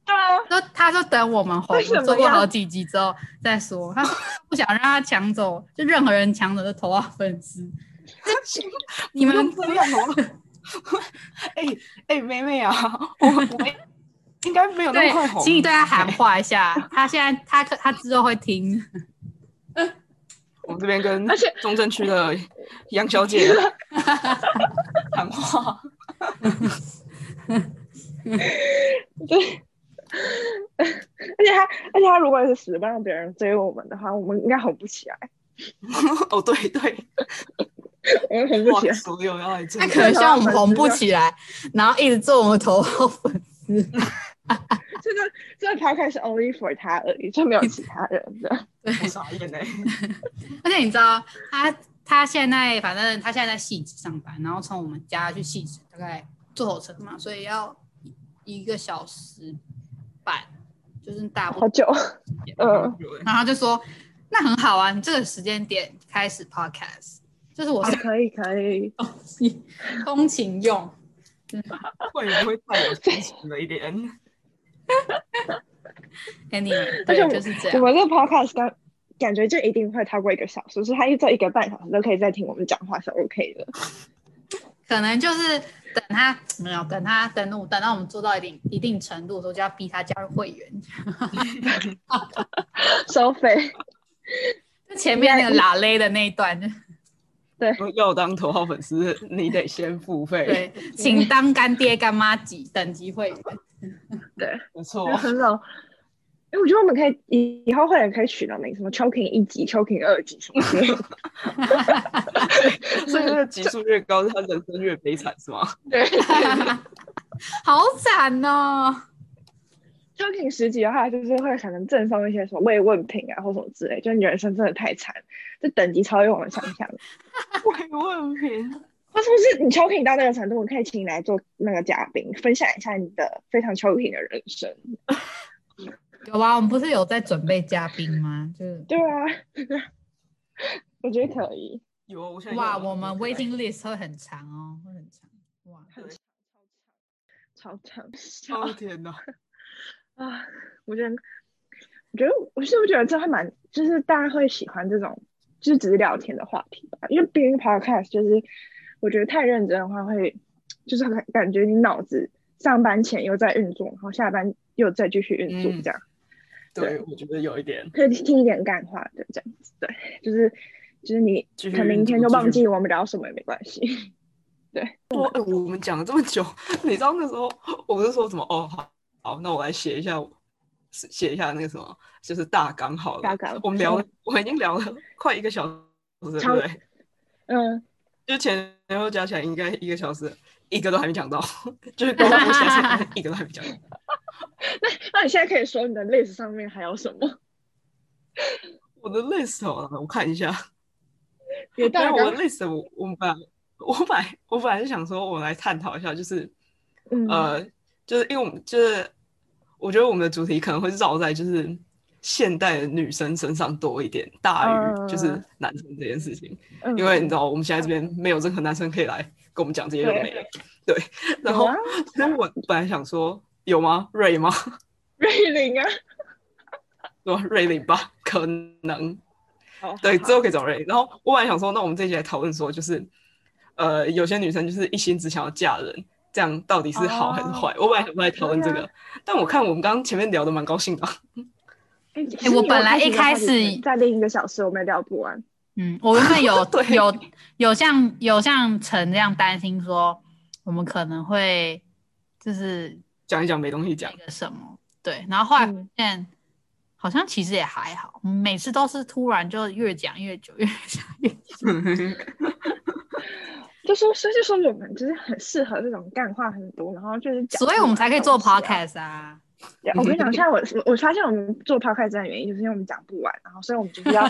[SPEAKER 6] 对啊，
[SPEAKER 5] 说他说等我们红
[SPEAKER 6] 为什么
[SPEAKER 5] 了做过
[SPEAKER 6] 要
[SPEAKER 5] 好几集之后再说，他说不想让他抢走，就任何人抢走就头号粉丝。你们
[SPEAKER 1] 不要这样好吗？哎哎，妹妹啊，我我们应该没有那么快
[SPEAKER 5] 对，
[SPEAKER 1] 红。
[SPEAKER 5] 请你对他喊话一下，他现在他可他之后会听，
[SPEAKER 1] 我们这边跟
[SPEAKER 6] 而且
[SPEAKER 1] 中正区的杨小姐喊话，
[SPEAKER 6] 而且他，而且他如果是死不让别人追我们的话，我们应该红不起啊来，
[SPEAKER 1] 哦对对，
[SPEAKER 6] 我们红不
[SPEAKER 1] 哇
[SPEAKER 6] 起来，
[SPEAKER 1] 所有要来这
[SPEAKER 5] 他
[SPEAKER 1] 个，
[SPEAKER 5] 可能像我们红不起来，然后一直做我们头号粉丝。
[SPEAKER 6] 这个这个 podcast 是 only for 他而已，就没有其他人的。
[SPEAKER 1] 我傻眼哎，
[SPEAKER 5] 而且你知道，他他现在反正他现在在戏子上班，然后从我们家去戏子大概坐火车嘛，所以要一个小时半，就是大部
[SPEAKER 6] 好久，嗯，
[SPEAKER 5] 然后他就说那很好啊，你这个时间点开始 podcast，就是我
[SPEAKER 6] 哦
[SPEAKER 5] 是
[SPEAKER 6] 可以可以，
[SPEAKER 5] 通勤用。
[SPEAKER 1] 会不会太有激情了一点？
[SPEAKER 5] Anyway，
[SPEAKER 6] 而且
[SPEAKER 5] 对，
[SPEAKER 6] 我
[SPEAKER 5] 就是这
[SPEAKER 6] 我 啊们
[SPEAKER 5] 样。
[SPEAKER 6] 这个 podcast 刚感觉就一定会超过一个小时，所以他一周一个半小时都可以再听我们讲话是 OK 的。
[SPEAKER 5] 可能就是等他没有等他登录，等到我们做到一定一定程度的时候，就要逼他加入会员。
[SPEAKER 6] 收费，
[SPEAKER 5] 就前面那个
[SPEAKER 6] 啊
[SPEAKER 5] 拉勒的那一段，就
[SPEAKER 1] 要当头号粉丝，你得先付费，
[SPEAKER 5] 对， 请当干爹干妈级等级会员。
[SPEAKER 6] 对，
[SPEAKER 1] 没错
[SPEAKER 6] 就，很少。哎，我觉得我们可以以以后会员可以取到名什么 choking 一级、choking 二级什么之类的。
[SPEAKER 1] 所以那个级数越高，他人生越悲惨，是吗？
[SPEAKER 6] 对
[SPEAKER 5] 好惨哦！
[SPEAKER 6] ，choking 十级的话，就是会可能赠送一些什么慰问品啊，或什么之类。就你人生真的太惨，这等级超越我们想象的。
[SPEAKER 1] 慰问品，
[SPEAKER 6] 或是不是你 choking 到那个程度，我可以请你来做那个嘉宾，分享一下你的非常 choking 的人生。
[SPEAKER 5] 有啊，我们不是有在准备嘉宾吗？就是
[SPEAKER 6] 对啊， 我觉得可以。
[SPEAKER 1] 有啊，我现在有
[SPEAKER 5] 哇，
[SPEAKER 1] 啊
[SPEAKER 5] 我们 waiting list 会很长哦，会很长。哇，
[SPEAKER 6] 超长 超
[SPEAKER 1] 哦天哪，
[SPEAKER 6] 啊！我觉得，我觉得我是不是觉得这还蛮，就是大家会喜欢这种，就是只是聊天的话题吧。因为毕竟 podcast 就是，我觉得太认真的话会，就是很感觉你脑子上班前又在运作，然后下班又再继续运作
[SPEAKER 1] 嗯
[SPEAKER 6] 这样。
[SPEAKER 1] 对，我觉得有一点，
[SPEAKER 6] 可以听一点干话的这样子，对，就是就是你
[SPEAKER 1] 继续
[SPEAKER 6] 可能明天
[SPEAKER 1] 运
[SPEAKER 6] 就
[SPEAKER 1] 作
[SPEAKER 6] 忘
[SPEAKER 1] 继续
[SPEAKER 6] 记我们聊什么也没关系。
[SPEAKER 1] 我哎我们讲了这么久，你知道那时候我不是说什么哦，好，好，那我来写一下，写一下那个什么，就是大纲好了。
[SPEAKER 6] 大纲
[SPEAKER 1] 我们聊了，我们已经聊了快一个小时了，对
[SPEAKER 6] 超
[SPEAKER 1] 不对？
[SPEAKER 6] 嗯，
[SPEAKER 1] 就前前后加起来应该一个小时，一个都还没讲到，就是刚刚我写下来一个都还没讲到。
[SPEAKER 6] 那那你现在可以说你的 list 上面还有什么？
[SPEAKER 1] 我的 list 哦，我看一下，
[SPEAKER 6] 你的
[SPEAKER 1] 但
[SPEAKER 6] 大
[SPEAKER 1] 是我
[SPEAKER 6] 纲
[SPEAKER 1] 的 list 我我们本来我本来我本来是想说，我们来探讨一下，就是
[SPEAKER 6] 嗯
[SPEAKER 1] 呃，就是因为我们就是，我觉得我们的主题可能会绕在就是现代的女生身上多一点，大于就是
[SPEAKER 6] 嗯
[SPEAKER 1] 男生这件事情。
[SPEAKER 6] 嗯
[SPEAKER 1] 因为你知道我们现在这边没有任何男生可以来跟我们讲这些有的没的， 对。然后
[SPEAKER 6] 有啊，
[SPEAKER 1] 其实我本来想说有吗？瑞吗？
[SPEAKER 6] 瑞玲啊，
[SPEAKER 1] 对吧？瑞领吧，可能
[SPEAKER 6] 好
[SPEAKER 1] 对，
[SPEAKER 6] 好
[SPEAKER 1] 之后可以找瑞。然后我本来想说，那我们这一集来讨论说，就是呃，有些女生就是一心只想要嫁人，这样到底是好还是坏？我本来想来讨论这
[SPEAKER 6] 哦对啊
[SPEAKER 1] 个，但我看我们刚刚前面聊的蛮高兴的，
[SPEAKER 6] 哎
[SPEAKER 5] 哎我本来一开始
[SPEAKER 6] 在另一个小时我们也聊不完，
[SPEAKER 5] 嗯，我原本 有
[SPEAKER 1] 对
[SPEAKER 5] 有有像有像陈这样担心说，我们可能会就是
[SPEAKER 1] 讲一讲没东西 讲
[SPEAKER 5] 那，个什么，对，然后后来发
[SPEAKER 6] 嗯
[SPEAKER 5] 现、好像其实也还好，每次都是突然就越讲越久，越讲越久。
[SPEAKER 6] 就说所以就说我们就是很适合这种干话很多，然后就是讲，
[SPEAKER 5] 所以我们才可以做
[SPEAKER 6] 抛开。
[SPEAKER 5] podcast 啊。
[SPEAKER 6] 对我跟你讲，现在我我发现我们做 podcast 的原因，就是因为我们讲不完，然后所以我们就是 要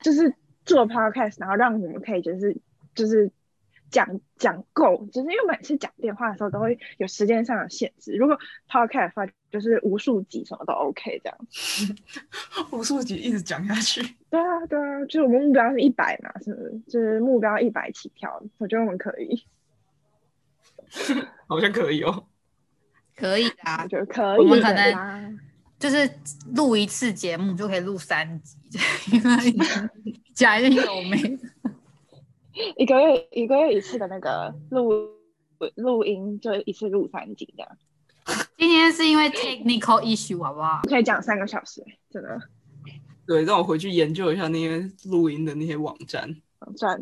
[SPEAKER 6] 就是做 podcast，然后让我们可以就是就是讲讲够，就是因为我们每次讲电话的时候都会有时间上的限制。如果 podcast 的话，就是无数集什么都 OK 这样。
[SPEAKER 1] 无数集一直讲下去。
[SPEAKER 6] 对啊，对啊，就是我们目标是一百嘛，是不是？就是目标一百起跳，我觉得我们可以，
[SPEAKER 1] 好像可以哦，
[SPEAKER 5] 可以的啊
[SPEAKER 6] 我，觉得可以
[SPEAKER 5] 我们可
[SPEAKER 6] 的
[SPEAKER 5] 能
[SPEAKER 6] 啦。
[SPEAKER 5] 就是录一次节目就可以录三集，因为讲一些有没的
[SPEAKER 6] 一个月一个月一次的那个录录音，就一次录三集这样。
[SPEAKER 5] 今天是因为 technical issue 好不好？
[SPEAKER 6] 可以讲三个小时，真的
[SPEAKER 1] 对，让我回去研究一下那些录音的那些网站，
[SPEAKER 6] 很赚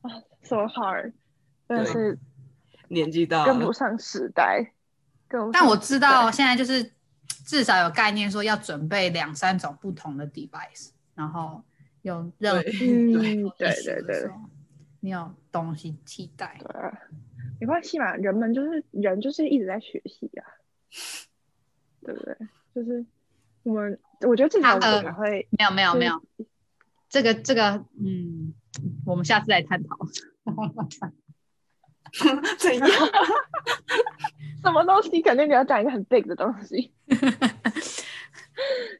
[SPEAKER 6] 啊，so hard，真的
[SPEAKER 1] 对
[SPEAKER 6] 是
[SPEAKER 1] 年纪大
[SPEAKER 6] 跟不
[SPEAKER 1] 了，
[SPEAKER 6] 上时代。跟不上
[SPEAKER 5] 但我知道现在就是至少有概念说要准备两三种不同的 device，然后有任何
[SPEAKER 1] 对
[SPEAKER 6] 嗯，
[SPEAKER 1] 对，
[SPEAKER 6] 对对
[SPEAKER 5] issue
[SPEAKER 6] 对
[SPEAKER 5] 的时
[SPEAKER 6] 对
[SPEAKER 5] 候，你有东西替代。
[SPEAKER 6] 啊，没关系嘛，人们就是人就是一直在学习啊，对不对？就是我们，我觉得至少我
[SPEAKER 5] 他呃
[SPEAKER 6] 们会，
[SPEAKER 5] 没有没有
[SPEAKER 6] 对
[SPEAKER 5] 没有，这个这个嗯，我们下次来探讨。
[SPEAKER 1] 怎样？
[SPEAKER 6] 什么东西肯定你要讲一个很 big 的东 西。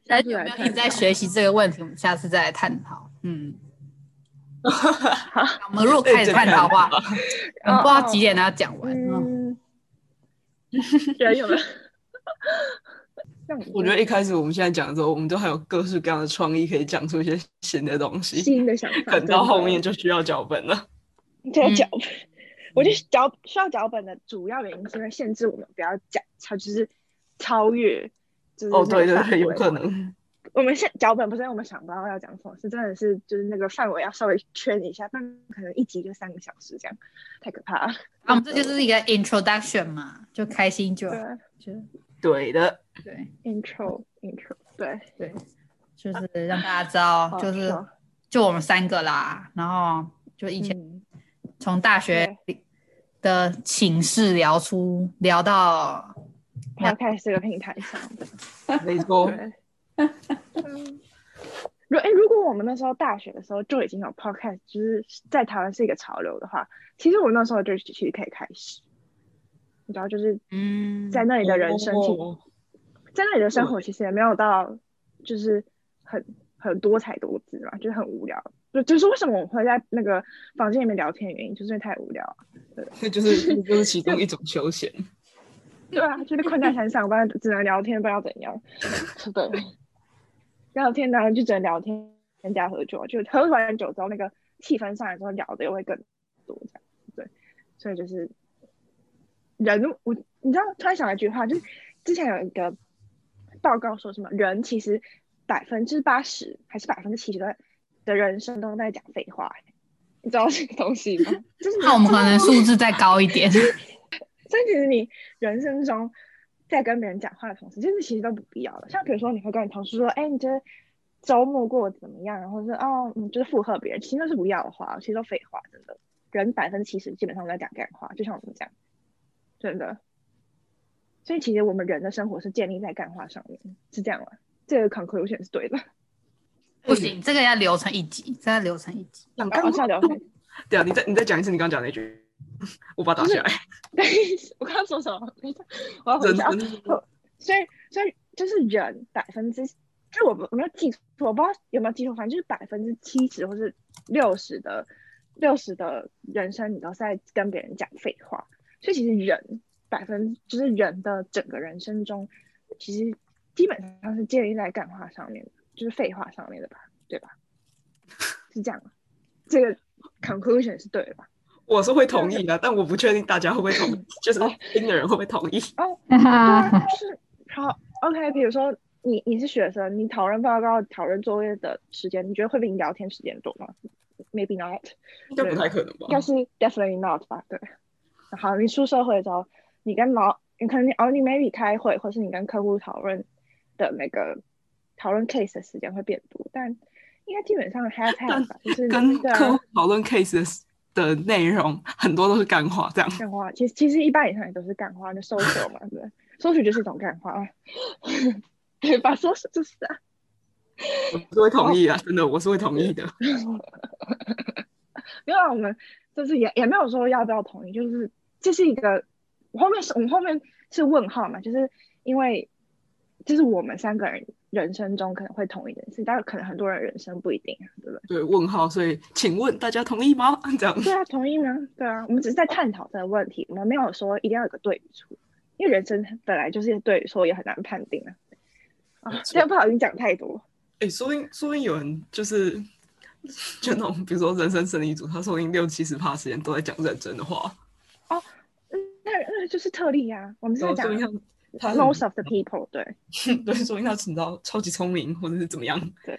[SPEAKER 6] 下次
[SPEAKER 5] 有
[SPEAKER 6] 来
[SPEAKER 5] 没有
[SPEAKER 6] 看
[SPEAKER 5] 一直在学习这个问题？我们下次再来探讨。 嗯，我们如果开始探讨的话， 我们不知道几
[SPEAKER 6] 嗯
[SPEAKER 5] 哦 嗯点要讲完。嗯
[SPEAKER 6] 嗯，人有没有？让你
[SPEAKER 1] 我觉得一开始我们现在讲的时候，我们都还有各式各样的创意，可以讲出一些新的东西。
[SPEAKER 6] 新的想 法，
[SPEAKER 1] 等到
[SPEAKER 6] 真的
[SPEAKER 1] 后面就需要脚本了。
[SPEAKER 6] 就
[SPEAKER 5] 嗯
[SPEAKER 6] 要脚本。我觉得脚需要脚本的主要原因是因为限制我们不要讲，它就是超越，就是
[SPEAKER 1] 哦，对对
[SPEAKER 6] 那个
[SPEAKER 1] 对，
[SPEAKER 6] 范
[SPEAKER 1] 有
[SPEAKER 6] 围
[SPEAKER 1] 可。能。
[SPEAKER 6] 我们现脚本不是因为我们想不到要讲什么，是真的是就是那个范围要稍微圈一下，但可能一集就三个小时这样，太可怕了。
[SPEAKER 5] 啊，我们这就是一个 introduction 嘛，就开心就好
[SPEAKER 6] 对，
[SPEAKER 5] 就
[SPEAKER 1] 对的，
[SPEAKER 5] 对
[SPEAKER 6] ，intro intro，对，
[SPEAKER 5] 对，就是让大家知道，
[SPEAKER 6] 好
[SPEAKER 5] 就是
[SPEAKER 6] 爽
[SPEAKER 5] 就我们三个啦，然后就以前
[SPEAKER 6] 嗯，
[SPEAKER 5] 从大学的寝室聊出聊到，
[SPEAKER 6] 抛开这个平台上，
[SPEAKER 1] 没错。
[SPEAKER 6] 对。嗯如哎、如果我们那时候大学的时候就已经有 podcast，就是在台湾是一个潮流的话，其实我那时候就其实可以开始，你知道，就是
[SPEAKER 5] 嗯，
[SPEAKER 6] 在那里的人生，其
[SPEAKER 1] 哦
[SPEAKER 6] 在那里的生活其实也没有到就是很很多彩多姿嘛，就是很无聊。就就是为什么我们会在那个房间里面聊天的原因，就是因为太无聊了，
[SPEAKER 1] 那就是那就是其中一种休闲。
[SPEAKER 6] 对啊，就是困在山上，不然只能聊天，不知道怎样，是的。聊天当然就只能聊天，人家喝酒，就喝完酒之后那个气氛上来之后聊的又会更多这样，对，所以就是人，我你知道突然想到一句话，就是之前有一个报告说什么人其实百分之八十还是百分之七十的的人生都在讲废话，欸你知道这个东西吗？ 就是你
[SPEAKER 5] 那我们可能素质再高一点，
[SPEAKER 6] 所以其实你人生中在跟别人讲话的同时，就是其实都不必要的。像比如说，你会跟你同事说：“哎、你觉得周末过得怎么样？”然后是哦，你就是附和别人，其实都是不要的话，其实都废话，真的。人百分之七十基本上都在讲干话，就像我们讲，真的。所以其实我们人的生活是建立在干话上面，是这样吗？这个 conclusion 是对的。
[SPEAKER 5] 不行，这个要留成一集，这个要留成一集，
[SPEAKER 1] 讲
[SPEAKER 6] 哦，下聊天。
[SPEAKER 1] 对啊，你再你再讲一次你刚刚讲那句，我把它打下来。
[SPEAKER 6] 对，我刚刚说什么？ 等一下，我要回
[SPEAKER 1] 人
[SPEAKER 6] 家。
[SPEAKER 1] 生
[SPEAKER 6] 所以所以就是人百分之，就我我没有记错，我不知道有没有记错，反正就是百分之七十或是六十的六十的人生，你都是在跟别人讲废话。所以其实人百分就是人的整个人生中，其实基本上是建立在干话上面的，就是废话上面的吧，对吧？是这样吗，这个 conclusion 是对的吧？
[SPEAKER 1] 我是会同意的，但我不确定大家会不会同意，就是
[SPEAKER 6] 哦
[SPEAKER 1] 听的人会不会同意。
[SPEAKER 6] 对啊，就是好 OK。比如说你你是学生，你讨论报告、讨论作业的时间，你觉得会比你聊天时间多吗？Maybe not，
[SPEAKER 1] 应该不太可能吧
[SPEAKER 6] 应？该是 definitely not 吧？对。好，你出社会之后，你跟老，你可能哦，你 maybe 开会，或是你跟客户讨论的那个讨论 case 的时间会变多，但应该基本上 half half 吧，就是
[SPEAKER 1] 跟
[SPEAKER 6] 对
[SPEAKER 1] 客
[SPEAKER 6] 啊
[SPEAKER 1] 户讨论 case 的的内容很多都是干话，这样。
[SPEAKER 6] 干话，其实其实一般以上也都是干话，就搜索嘛，对，搜索就是一种干话啊， 对吧？搜索就是啊。
[SPEAKER 1] 我是会同
[SPEAKER 6] 哦
[SPEAKER 1] 意啊，真的，我是会同意的。
[SPEAKER 6] 没有啊，我们就是也也没有说要不要同意，就是这是一个我后面是我们后面是问号嘛，就是因为就是我们三个人人生中可能会同意的事，但是可能很多人人生不一定啊，对不对？
[SPEAKER 1] 对，问号，所以请问大家同意吗？ 这样。
[SPEAKER 6] 对啊，同意吗？对啊，我们只是在探讨这个问题，我们没有说一定要有个对与错，因为人生本来就是对与错也很难判定啊。啊，这样不好意思讲太多，
[SPEAKER 1] 哎、说不定说不定有人就是就那种，比如说人生胜利组，他说不定六七十趴时间都在讲认真的话，
[SPEAKER 6] 那那就是特例啊，我们是
[SPEAKER 1] 然
[SPEAKER 6] 在
[SPEAKER 1] 后说
[SPEAKER 6] 讲
[SPEAKER 1] 不定他他
[SPEAKER 6] most of the people，对。
[SPEAKER 1] 很对，说不定他 知道超级聪明或者是怎么样，
[SPEAKER 6] 对，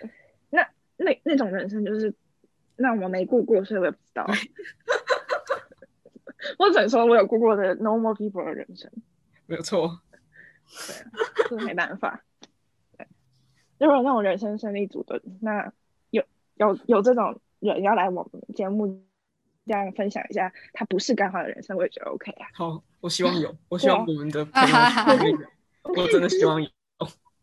[SPEAKER 6] 那那那种人生就是，那我没过过，所以我也不知道。 我只能说我有过过的 normal people 的人生，
[SPEAKER 1] 没有错。
[SPEAKER 6] 这没办法。对，如果有那种人生胜利组的，那有有有这种人要来我们节目这样分享一下他不是干花的人生，我也觉得 OK 啊。
[SPEAKER 1] 好，我希望有，我希望
[SPEAKER 6] 哇
[SPEAKER 1] 我们的朋友同意 的，我真的希望有。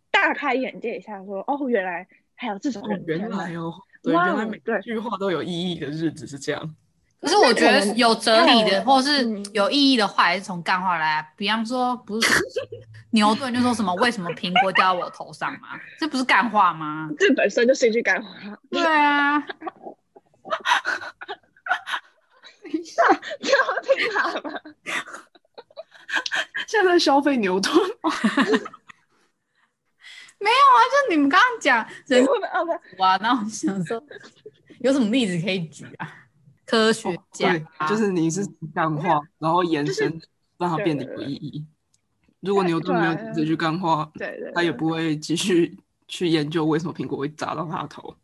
[SPEAKER 6] 大开眼界一下说，哦，原来还有这种
[SPEAKER 1] 哦
[SPEAKER 6] 人，
[SPEAKER 1] 原
[SPEAKER 6] 天哪
[SPEAKER 1] 来哦，对，
[SPEAKER 6] 哇
[SPEAKER 1] 原来
[SPEAKER 6] 哦
[SPEAKER 1] 每
[SPEAKER 6] 对
[SPEAKER 1] 句话都有意义的日子是这 样。
[SPEAKER 5] 可是我觉得有哲理的，
[SPEAKER 6] 嗯
[SPEAKER 5] 或是有意义的话，还是从干话来啊。比方说，不是牛顿就说什么“为什么苹果掉到我头上”吗？这不是干话吗？
[SPEAKER 6] 这本身就是一句干 话。
[SPEAKER 5] 对啊，
[SPEAKER 6] 这样听 好吗？
[SPEAKER 1] 现在在消费牛顿，
[SPEAKER 5] 就是你们刚刚 讲人
[SPEAKER 6] 我们啊不，
[SPEAKER 5] 口啊，然后我想说有什么例子可以举啊？科学家
[SPEAKER 1] 哦对，就是你是
[SPEAKER 6] 嗯
[SPEAKER 1] 干话，然后延伸让它变得有意义。如果你有都没有
[SPEAKER 6] 对
[SPEAKER 1] 这句干话，
[SPEAKER 6] 对对，
[SPEAKER 1] 他也
[SPEAKER 6] 对
[SPEAKER 1] 不会继续去研究为什么苹果会砸到他的 头。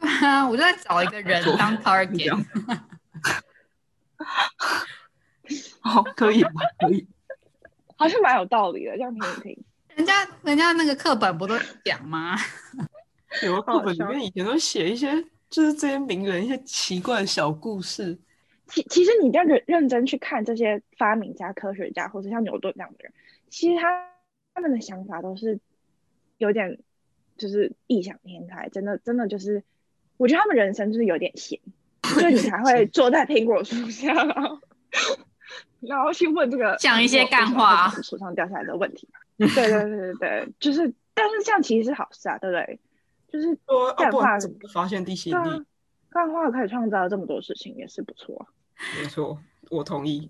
[SPEAKER 5] 对啊， 我就在找一个人当 target，
[SPEAKER 6] 哦
[SPEAKER 1] 好，可以吧？可 以。
[SPEAKER 6] 好像蛮有道理的，这样听一听。
[SPEAKER 5] 人家人家那个课本不都讲吗？
[SPEAKER 1] 有的课本里
[SPEAKER 6] 好
[SPEAKER 1] 面以前都写一些，就是这些名人一些奇怪的小故事。
[SPEAKER 6] 其其实你要认认真去看这些发明家、科学家，或者像牛顿这样的人，其实他他们的想法都是有点就是异想天开，真的真的就是，我觉得他们人生就是有点闲，所以你 才会坐在苹果树下，然后然后去问这个
[SPEAKER 5] 讲一些干话
[SPEAKER 6] 为什么树上掉下来的问题。对对对对对，就是，但是这样其实是好事啊，对不对？就是
[SPEAKER 1] 说啊，
[SPEAKER 6] 干
[SPEAKER 1] 不
[SPEAKER 6] 话
[SPEAKER 1] 然怎么会发现地心
[SPEAKER 6] 对
[SPEAKER 1] 引
[SPEAKER 6] 啊
[SPEAKER 1] 力？，
[SPEAKER 6] 干话可以创造这么多事情，也是不错啊。
[SPEAKER 1] 没错，我同 意。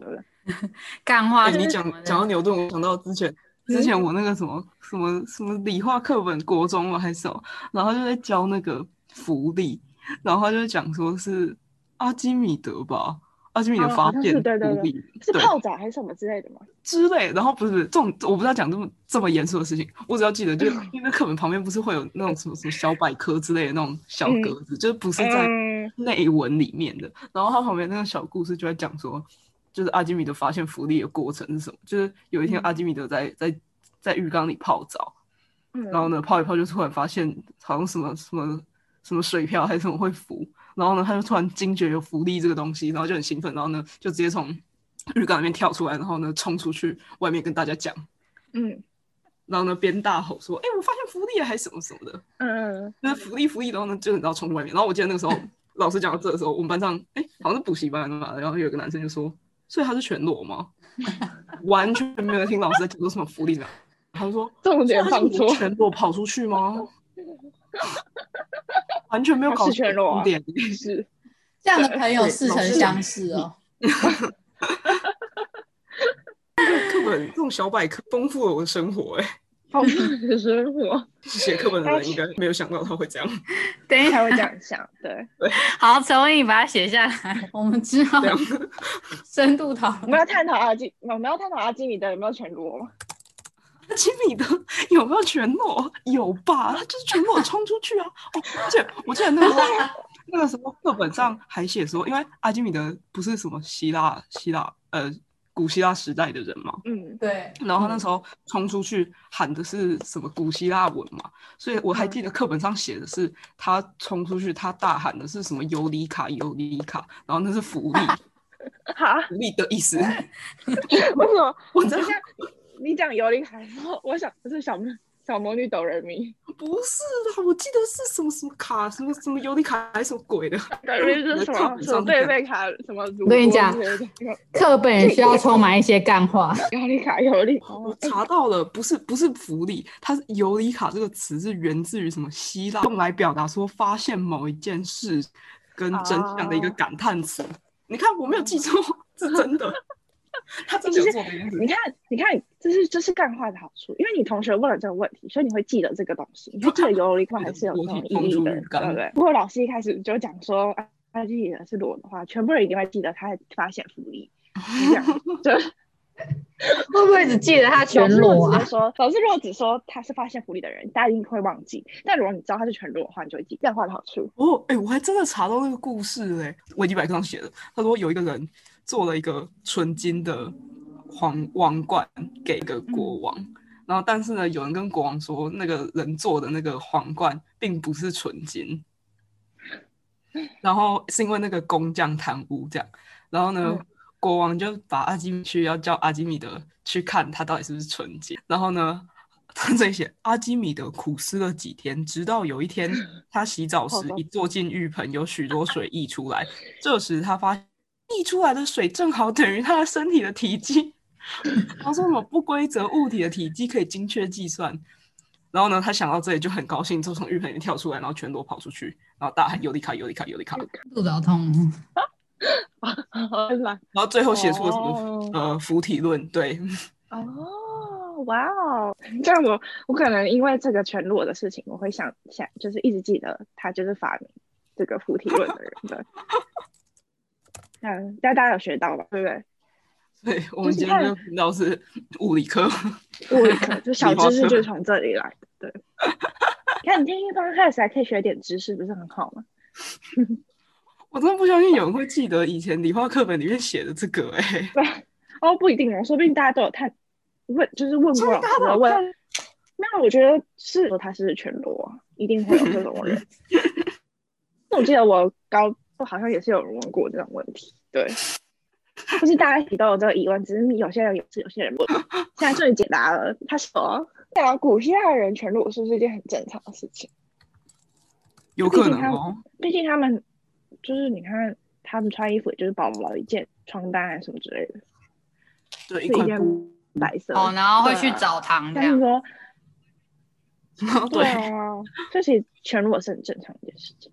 [SPEAKER 5] 干
[SPEAKER 6] 啊
[SPEAKER 5] 话
[SPEAKER 1] 哎，
[SPEAKER 5] 是
[SPEAKER 1] 你
[SPEAKER 5] 什
[SPEAKER 1] 讲
[SPEAKER 5] 么的
[SPEAKER 1] 讲到牛顿，我想到之前之
[SPEAKER 6] 嗯
[SPEAKER 1] 前我那个什么什么什么理化课本，国中了还是什么，然后就在教那个浮力，然后他就讲说是阿基米德吧，阿基米德
[SPEAKER 6] 哦
[SPEAKER 1] 发
[SPEAKER 6] 好像
[SPEAKER 1] 现
[SPEAKER 6] 是对对
[SPEAKER 1] 浮力，
[SPEAKER 6] 是
[SPEAKER 1] 对
[SPEAKER 6] 泡澡还是什么之类的吗？
[SPEAKER 1] 之类，然后不是不是这种，我不知道讲这么这么严肃的事情，我只要记得，就是因为课本旁边不是会有那种什么什么小百科之类的那种小格子，就是不是在
[SPEAKER 6] 嗯，
[SPEAKER 1] 内文里面的。然后它旁边那个小故事就在讲说，就是阿基米德发现浮力的过程是什么？就是有一天阿基米德在在在浴缸里泡澡，
[SPEAKER 6] 嗯
[SPEAKER 1] 然后呢泡一泡就突然发现好像什么什么什么水漂还是什么会浮，然后呢他就突然惊觉有浮力这个东西，然后就很兴奋，然后呢就直接从浴缸里面跳出来，然后呢冲出去外面跟大家讲，
[SPEAKER 6] 嗯
[SPEAKER 1] 然后呢边大吼说：“哎、我发现浮力了还是什么什么的。”
[SPEAKER 6] 嗯，
[SPEAKER 1] 就是福利福利，然后呢，就你知道冲出外面。然后我记得那个时候老师讲到这的时候，我们班上哎、好像是补习班的嘛，然后有一个男生就说，所以他是全裸吗？完全没有听老师在讲说什么福利的，他就说
[SPEAKER 6] 重点放
[SPEAKER 1] 所以他
[SPEAKER 6] 错
[SPEAKER 1] 是全裸跑出去 吗？完全没有搞
[SPEAKER 6] 他是全裸啊
[SPEAKER 1] 点，
[SPEAKER 6] 是
[SPEAKER 5] 这样的朋友似曾相识哦。
[SPEAKER 1] 课本这种小百科丰富了我的生活、哎，
[SPEAKER 6] 好的生活
[SPEAKER 1] 写课本的人应该没有想到他会这样。
[SPEAKER 5] 等一下，
[SPEAKER 6] 才会这样想，对，
[SPEAKER 5] 好，陈文颖把它写下来，我们之后
[SPEAKER 1] 这样
[SPEAKER 5] 深度讨
[SPEAKER 6] 我
[SPEAKER 5] 论
[SPEAKER 6] 们。要探讨阿基，我们要探讨阿基米德有没有全裸吗？
[SPEAKER 1] 阿基米德有没有全裸？有吧，他就是全裸冲出去啊！哦，而且我记得那个时候，那个时候课本上还写说，因为阿基米德不是什么希腊希腊呃古希腊时代的人嘛，
[SPEAKER 6] 嗯，
[SPEAKER 5] 对，
[SPEAKER 1] 然后他那时候冲出去喊的是什么古希腊文嘛，所以我还记得课本上写的是他冲出去，他大喊的是什么尤里卡尤里卡，然后那是福 利
[SPEAKER 6] 哈，
[SPEAKER 1] 福利的意思。
[SPEAKER 6] 为什么？
[SPEAKER 1] 我
[SPEAKER 6] 你
[SPEAKER 1] 真的
[SPEAKER 6] 像你讲尤里卡，然后我想的是小小魔女斗人迷，
[SPEAKER 1] 不是啦，我记得是什么什么卡什么什么尤里卡还是什么鬼的。
[SPEAKER 6] 斗人迷是什么什么贝贝卡什么主
[SPEAKER 4] 我跟你讲
[SPEAKER 6] 尤
[SPEAKER 4] 课本需要充满一些干话。
[SPEAKER 6] 里卡尤里卡，
[SPEAKER 1] 我查到了，不是不是福利，它是“尤里卡”这个词是源自于什么希腊，用来表达说发现某一件事跟真相的一个
[SPEAKER 6] 哦
[SPEAKER 1] 感叹词。你看我没有记错， 是真的。他真的有做这件
[SPEAKER 6] 你
[SPEAKER 1] 事，
[SPEAKER 6] 看，你看，这是这是干话的好处，因为你同学问了这个问题，所以你会记得这个东西，你会记得尤里克还是有这种意义的，对不对？如果老师一开始就讲说啊，他记得是裸的话，全部人一定会记得他发现福利。这样，就
[SPEAKER 4] 会不会只记得他
[SPEAKER 6] 老
[SPEAKER 4] 全
[SPEAKER 6] 师如
[SPEAKER 4] 裸
[SPEAKER 6] 果直
[SPEAKER 4] 啊
[SPEAKER 6] 接？说，老师如果只说他是发现福利的人，大家一定会忘记。但如果你知道他是全裸的话，你就会记。干话的好处，
[SPEAKER 1] 哦，哎、我还真的查到那个故事嘞、维基百科上写的。他说有一个人做了一个纯金的皇王冠给一个国王，然后但是呢，有人跟国王说，那个人做的那个皇冠并不是纯金，然后是因为那个工匠贪污这样，然后呢。
[SPEAKER 6] 嗯
[SPEAKER 1] 国王就把阿基米去要叫阿基米德去看他到底是不是纯金，然后呢，他这里写阿基米德苦思了几天，直到有一天他洗澡时
[SPEAKER 6] 好吧
[SPEAKER 1] 一坐进浴盆，有许多水溢出来，这时他发现溢出来的水正好等于他的身体的体积。他说什么不规则物体的体积可以精确计算。然后呢，他想到这里就很高兴，就从浴盆里面跳出来，然后全裸跑出去，然后大喊尤里卡尤里卡尤里卡，
[SPEAKER 5] 肚子好痛哦。
[SPEAKER 6] 好懒
[SPEAKER 1] 然后最后写出了什么、
[SPEAKER 6] 哦
[SPEAKER 1] 呃浮体论，对，
[SPEAKER 6] 哦，哇哦！这样我我可能因为这个全裸的事情，我会想想就是一直记得他就是发明这个附体论的人的。嗯，大家有学到吧？对不对？
[SPEAKER 1] 所以我们今天这个频道是物理课，
[SPEAKER 6] 物理课就小
[SPEAKER 1] 理化
[SPEAKER 6] 知识
[SPEAKER 1] 课
[SPEAKER 6] 就是从这里来的。对，你看你听听 podcast 还可以学点知识，不是很好吗？
[SPEAKER 1] 我真的不相信有人会记得以前理化课本里面写的这个哎、
[SPEAKER 6] 哦，不一定哦，说不定大家都有看问，就是问过老师的问。那我觉得是说他是全裸啊，一定会有这种 人。我记得我高好像也是有人问过这种问题，对，就是大家一起都有这个疑问，只是有些人有，有些人 不。现在终于解答了，他说，对啊，古希腊人全裸是不是一件很正常的事情？
[SPEAKER 1] 有可能哦。
[SPEAKER 6] 毕竟他们就是你看他们穿衣服，也就是薄薄一件床单啊什么之类的，
[SPEAKER 1] 对，一
[SPEAKER 6] 是一
[SPEAKER 1] 块
[SPEAKER 6] 件
[SPEAKER 1] 布，
[SPEAKER 6] 白色的。
[SPEAKER 5] 哦，然后会
[SPEAKER 6] 对
[SPEAKER 5] 去
[SPEAKER 6] 啊
[SPEAKER 5] 澡堂这
[SPEAKER 6] 但是
[SPEAKER 5] 样。
[SPEAKER 6] 说，
[SPEAKER 1] 然 后
[SPEAKER 6] 对
[SPEAKER 1] 对，
[SPEAKER 6] 啊，这其实全裸是很正常的一件事情。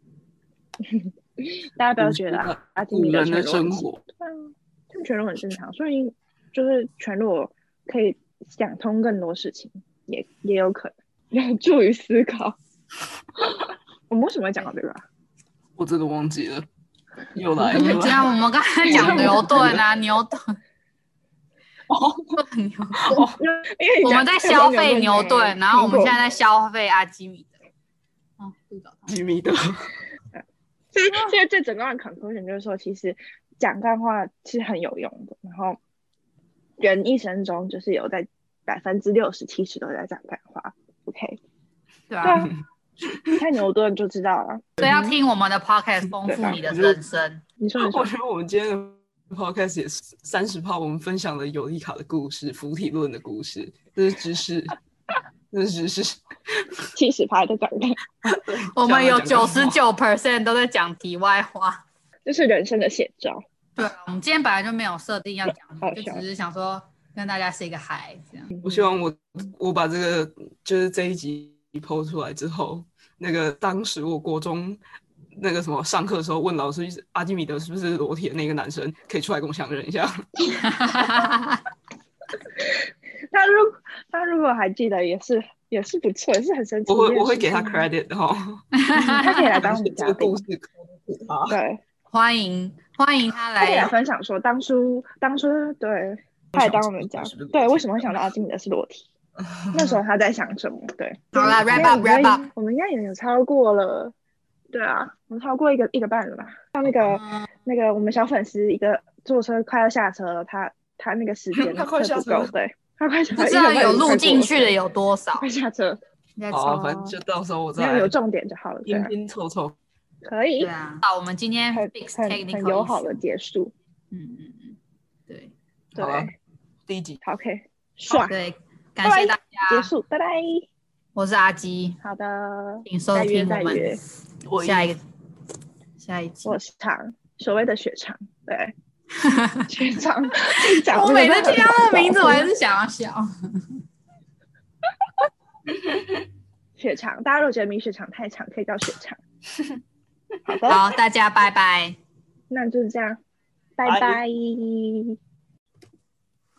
[SPEAKER 6] 大家不要觉得啊，阿基
[SPEAKER 1] 古
[SPEAKER 6] 米德
[SPEAKER 1] 人
[SPEAKER 6] 全
[SPEAKER 1] 的
[SPEAKER 6] 裸
[SPEAKER 1] 生
[SPEAKER 6] 很
[SPEAKER 1] 活，
[SPEAKER 6] 对啊，他们全裸很正常，所以就是全裸可以想通更多事情，也也有可能 助于思考。我们为什么会讲到这个、啊？
[SPEAKER 1] 我真的忘记了，又来
[SPEAKER 5] 你
[SPEAKER 4] 啊
[SPEAKER 1] 又
[SPEAKER 5] 知道
[SPEAKER 1] 来。
[SPEAKER 5] 嗯我们刚才讲牛顿啊，牛顿，
[SPEAKER 1] 哦
[SPEAKER 5] 牛顿
[SPEAKER 6] 因为你
[SPEAKER 5] 我
[SPEAKER 6] 讲
[SPEAKER 5] 们在消 费牛顿，然后我们现在，
[SPEAKER 6] 在
[SPEAKER 5] 在消费阿基米德。哦，不澡堂。
[SPEAKER 1] 吉米的，
[SPEAKER 6] 所
[SPEAKER 1] 啊
[SPEAKER 6] 以所以这整个 conclusion 就是说，其实讲干话是很有用的。然后人一生中就是有在百分之六十、七十都在讲干话。OK，
[SPEAKER 5] 对
[SPEAKER 6] 对
[SPEAKER 5] 啊，
[SPEAKER 6] 啊，你看牛顿就知道了。
[SPEAKER 5] 所以要听我们的 podcast 丰
[SPEAKER 4] 啊
[SPEAKER 5] 富你的人生。
[SPEAKER 6] 你说你说
[SPEAKER 1] 我，觉得我们今天的 podcast 也是三十趴，我们分享了尤利卡的故事、浮体论的故事，这是知识， 这是知识。
[SPEAKER 6] 七十趴在讲干话，
[SPEAKER 5] 我们有
[SPEAKER 1] 讲
[SPEAKER 5] 九
[SPEAKER 1] 到
[SPEAKER 5] 十
[SPEAKER 1] 讲
[SPEAKER 5] 九 percent 都在讲题外话。
[SPEAKER 6] 这是人生的写照。
[SPEAKER 5] 对啊，我们今天本来就没有设定要讲什么，
[SPEAKER 6] 好
[SPEAKER 5] 就
[SPEAKER 6] 笑
[SPEAKER 5] 只是想说跟大家 say 个 hi 这样。
[SPEAKER 1] 我希望我我把这个就是这一集抛出来之后，那个当时我国中那个什么上课的时候问老师阿基米德是不是裸体的那个男生，可以出来跟我相认一下。
[SPEAKER 6] 他如他如果还记得，也是也是不错，也是很神奇
[SPEAKER 1] 我
[SPEAKER 6] 的一件事情。
[SPEAKER 1] 会
[SPEAKER 6] 啊
[SPEAKER 1] 我会给他 credit 哈，
[SPEAKER 6] 他可以来当我们
[SPEAKER 1] 这
[SPEAKER 6] 嘉
[SPEAKER 1] 个
[SPEAKER 6] 宾
[SPEAKER 1] 故。事给他。
[SPEAKER 6] 对，
[SPEAKER 5] 欢迎欢迎他
[SPEAKER 6] 他可以来
[SPEAKER 5] 来，
[SPEAKER 6] 分享说，当初当初对，他也当我们嘉
[SPEAKER 1] 是不是
[SPEAKER 6] 宾。对，为什么会想到阿基米德是裸体？那时候他在想什么？对，
[SPEAKER 5] 好啦
[SPEAKER 6] 因为
[SPEAKER 5] wrap up，
[SPEAKER 6] 我们
[SPEAKER 5] wrap up
[SPEAKER 6] 我们应该也有超过了，对啊，我们超过一个一个半了吧？像那个那个我们小粉丝一个坐车快要下车了，他他那个时间
[SPEAKER 1] 他快
[SPEAKER 6] 测
[SPEAKER 1] 下
[SPEAKER 6] 不
[SPEAKER 1] 车了
[SPEAKER 6] 够，对，他快下
[SPEAKER 5] 不
[SPEAKER 6] 车，
[SPEAKER 5] 知道
[SPEAKER 6] 一个半
[SPEAKER 5] 有
[SPEAKER 6] 就快
[SPEAKER 5] 录
[SPEAKER 6] 过
[SPEAKER 5] 进
[SPEAKER 6] 了
[SPEAKER 5] 去的有多少
[SPEAKER 6] 快。下车，
[SPEAKER 5] 应该
[SPEAKER 1] 好，
[SPEAKER 5] 超
[SPEAKER 1] 反正就到时候我
[SPEAKER 6] 没有
[SPEAKER 1] 再
[SPEAKER 6] 有重点就好了，对
[SPEAKER 1] 拼
[SPEAKER 6] 啊，
[SPEAKER 1] 拼凑凑。
[SPEAKER 6] 可以
[SPEAKER 5] 对，啊。好，我们今天
[SPEAKER 6] 很
[SPEAKER 5] fix
[SPEAKER 6] 很
[SPEAKER 5] technical
[SPEAKER 6] 很友好的
[SPEAKER 5] issue
[SPEAKER 6] 结束，
[SPEAKER 5] 嗯嗯嗯，对
[SPEAKER 6] 对
[SPEAKER 1] 好啊第一集，
[SPEAKER 6] 好，OK，爽，
[SPEAKER 5] 对，感谢大
[SPEAKER 6] 结
[SPEAKER 5] 家，
[SPEAKER 6] 束，拜拜，
[SPEAKER 5] 我是阿基，
[SPEAKER 6] 好的，
[SPEAKER 5] 请收
[SPEAKER 6] 再约
[SPEAKER 5] 听
[SPEAKER 6] 再
[SPEAKER 5] 我
[SPEAKER 6] 约
[SPEAKER 5] 们
[SPEAKER 1] 我
[SPEAKER 5] 下一个下一集。
[SPEAKER 6] 我是长，所谓的血肠， 对，血肠，自己讲
[SPEAKER 5] 我
[SPEAKER 6] 这个
[SPEAKER 5] 每
[SPEAKER 6] 真
[SPEAKER 5] 次
[SPEAKER 6] 的很
[SPEAKER 5] 听到
[SPEAKER 6] 好
[SPEAKER 5] 那个 名字，
[SPEAKER 6] 笑
[SPEAKER 5] 我还是想要笑。
[SPEAKER 6] 血肠，大家如果觉得米血肠太长，可以叫血肠，好的，
[SPEAKER 5] 好，大家拜拜。
[SPEAKER 6] 那就是这样，拜
[SPEAKER 1] 拜
[SPEAKER 6] 拜。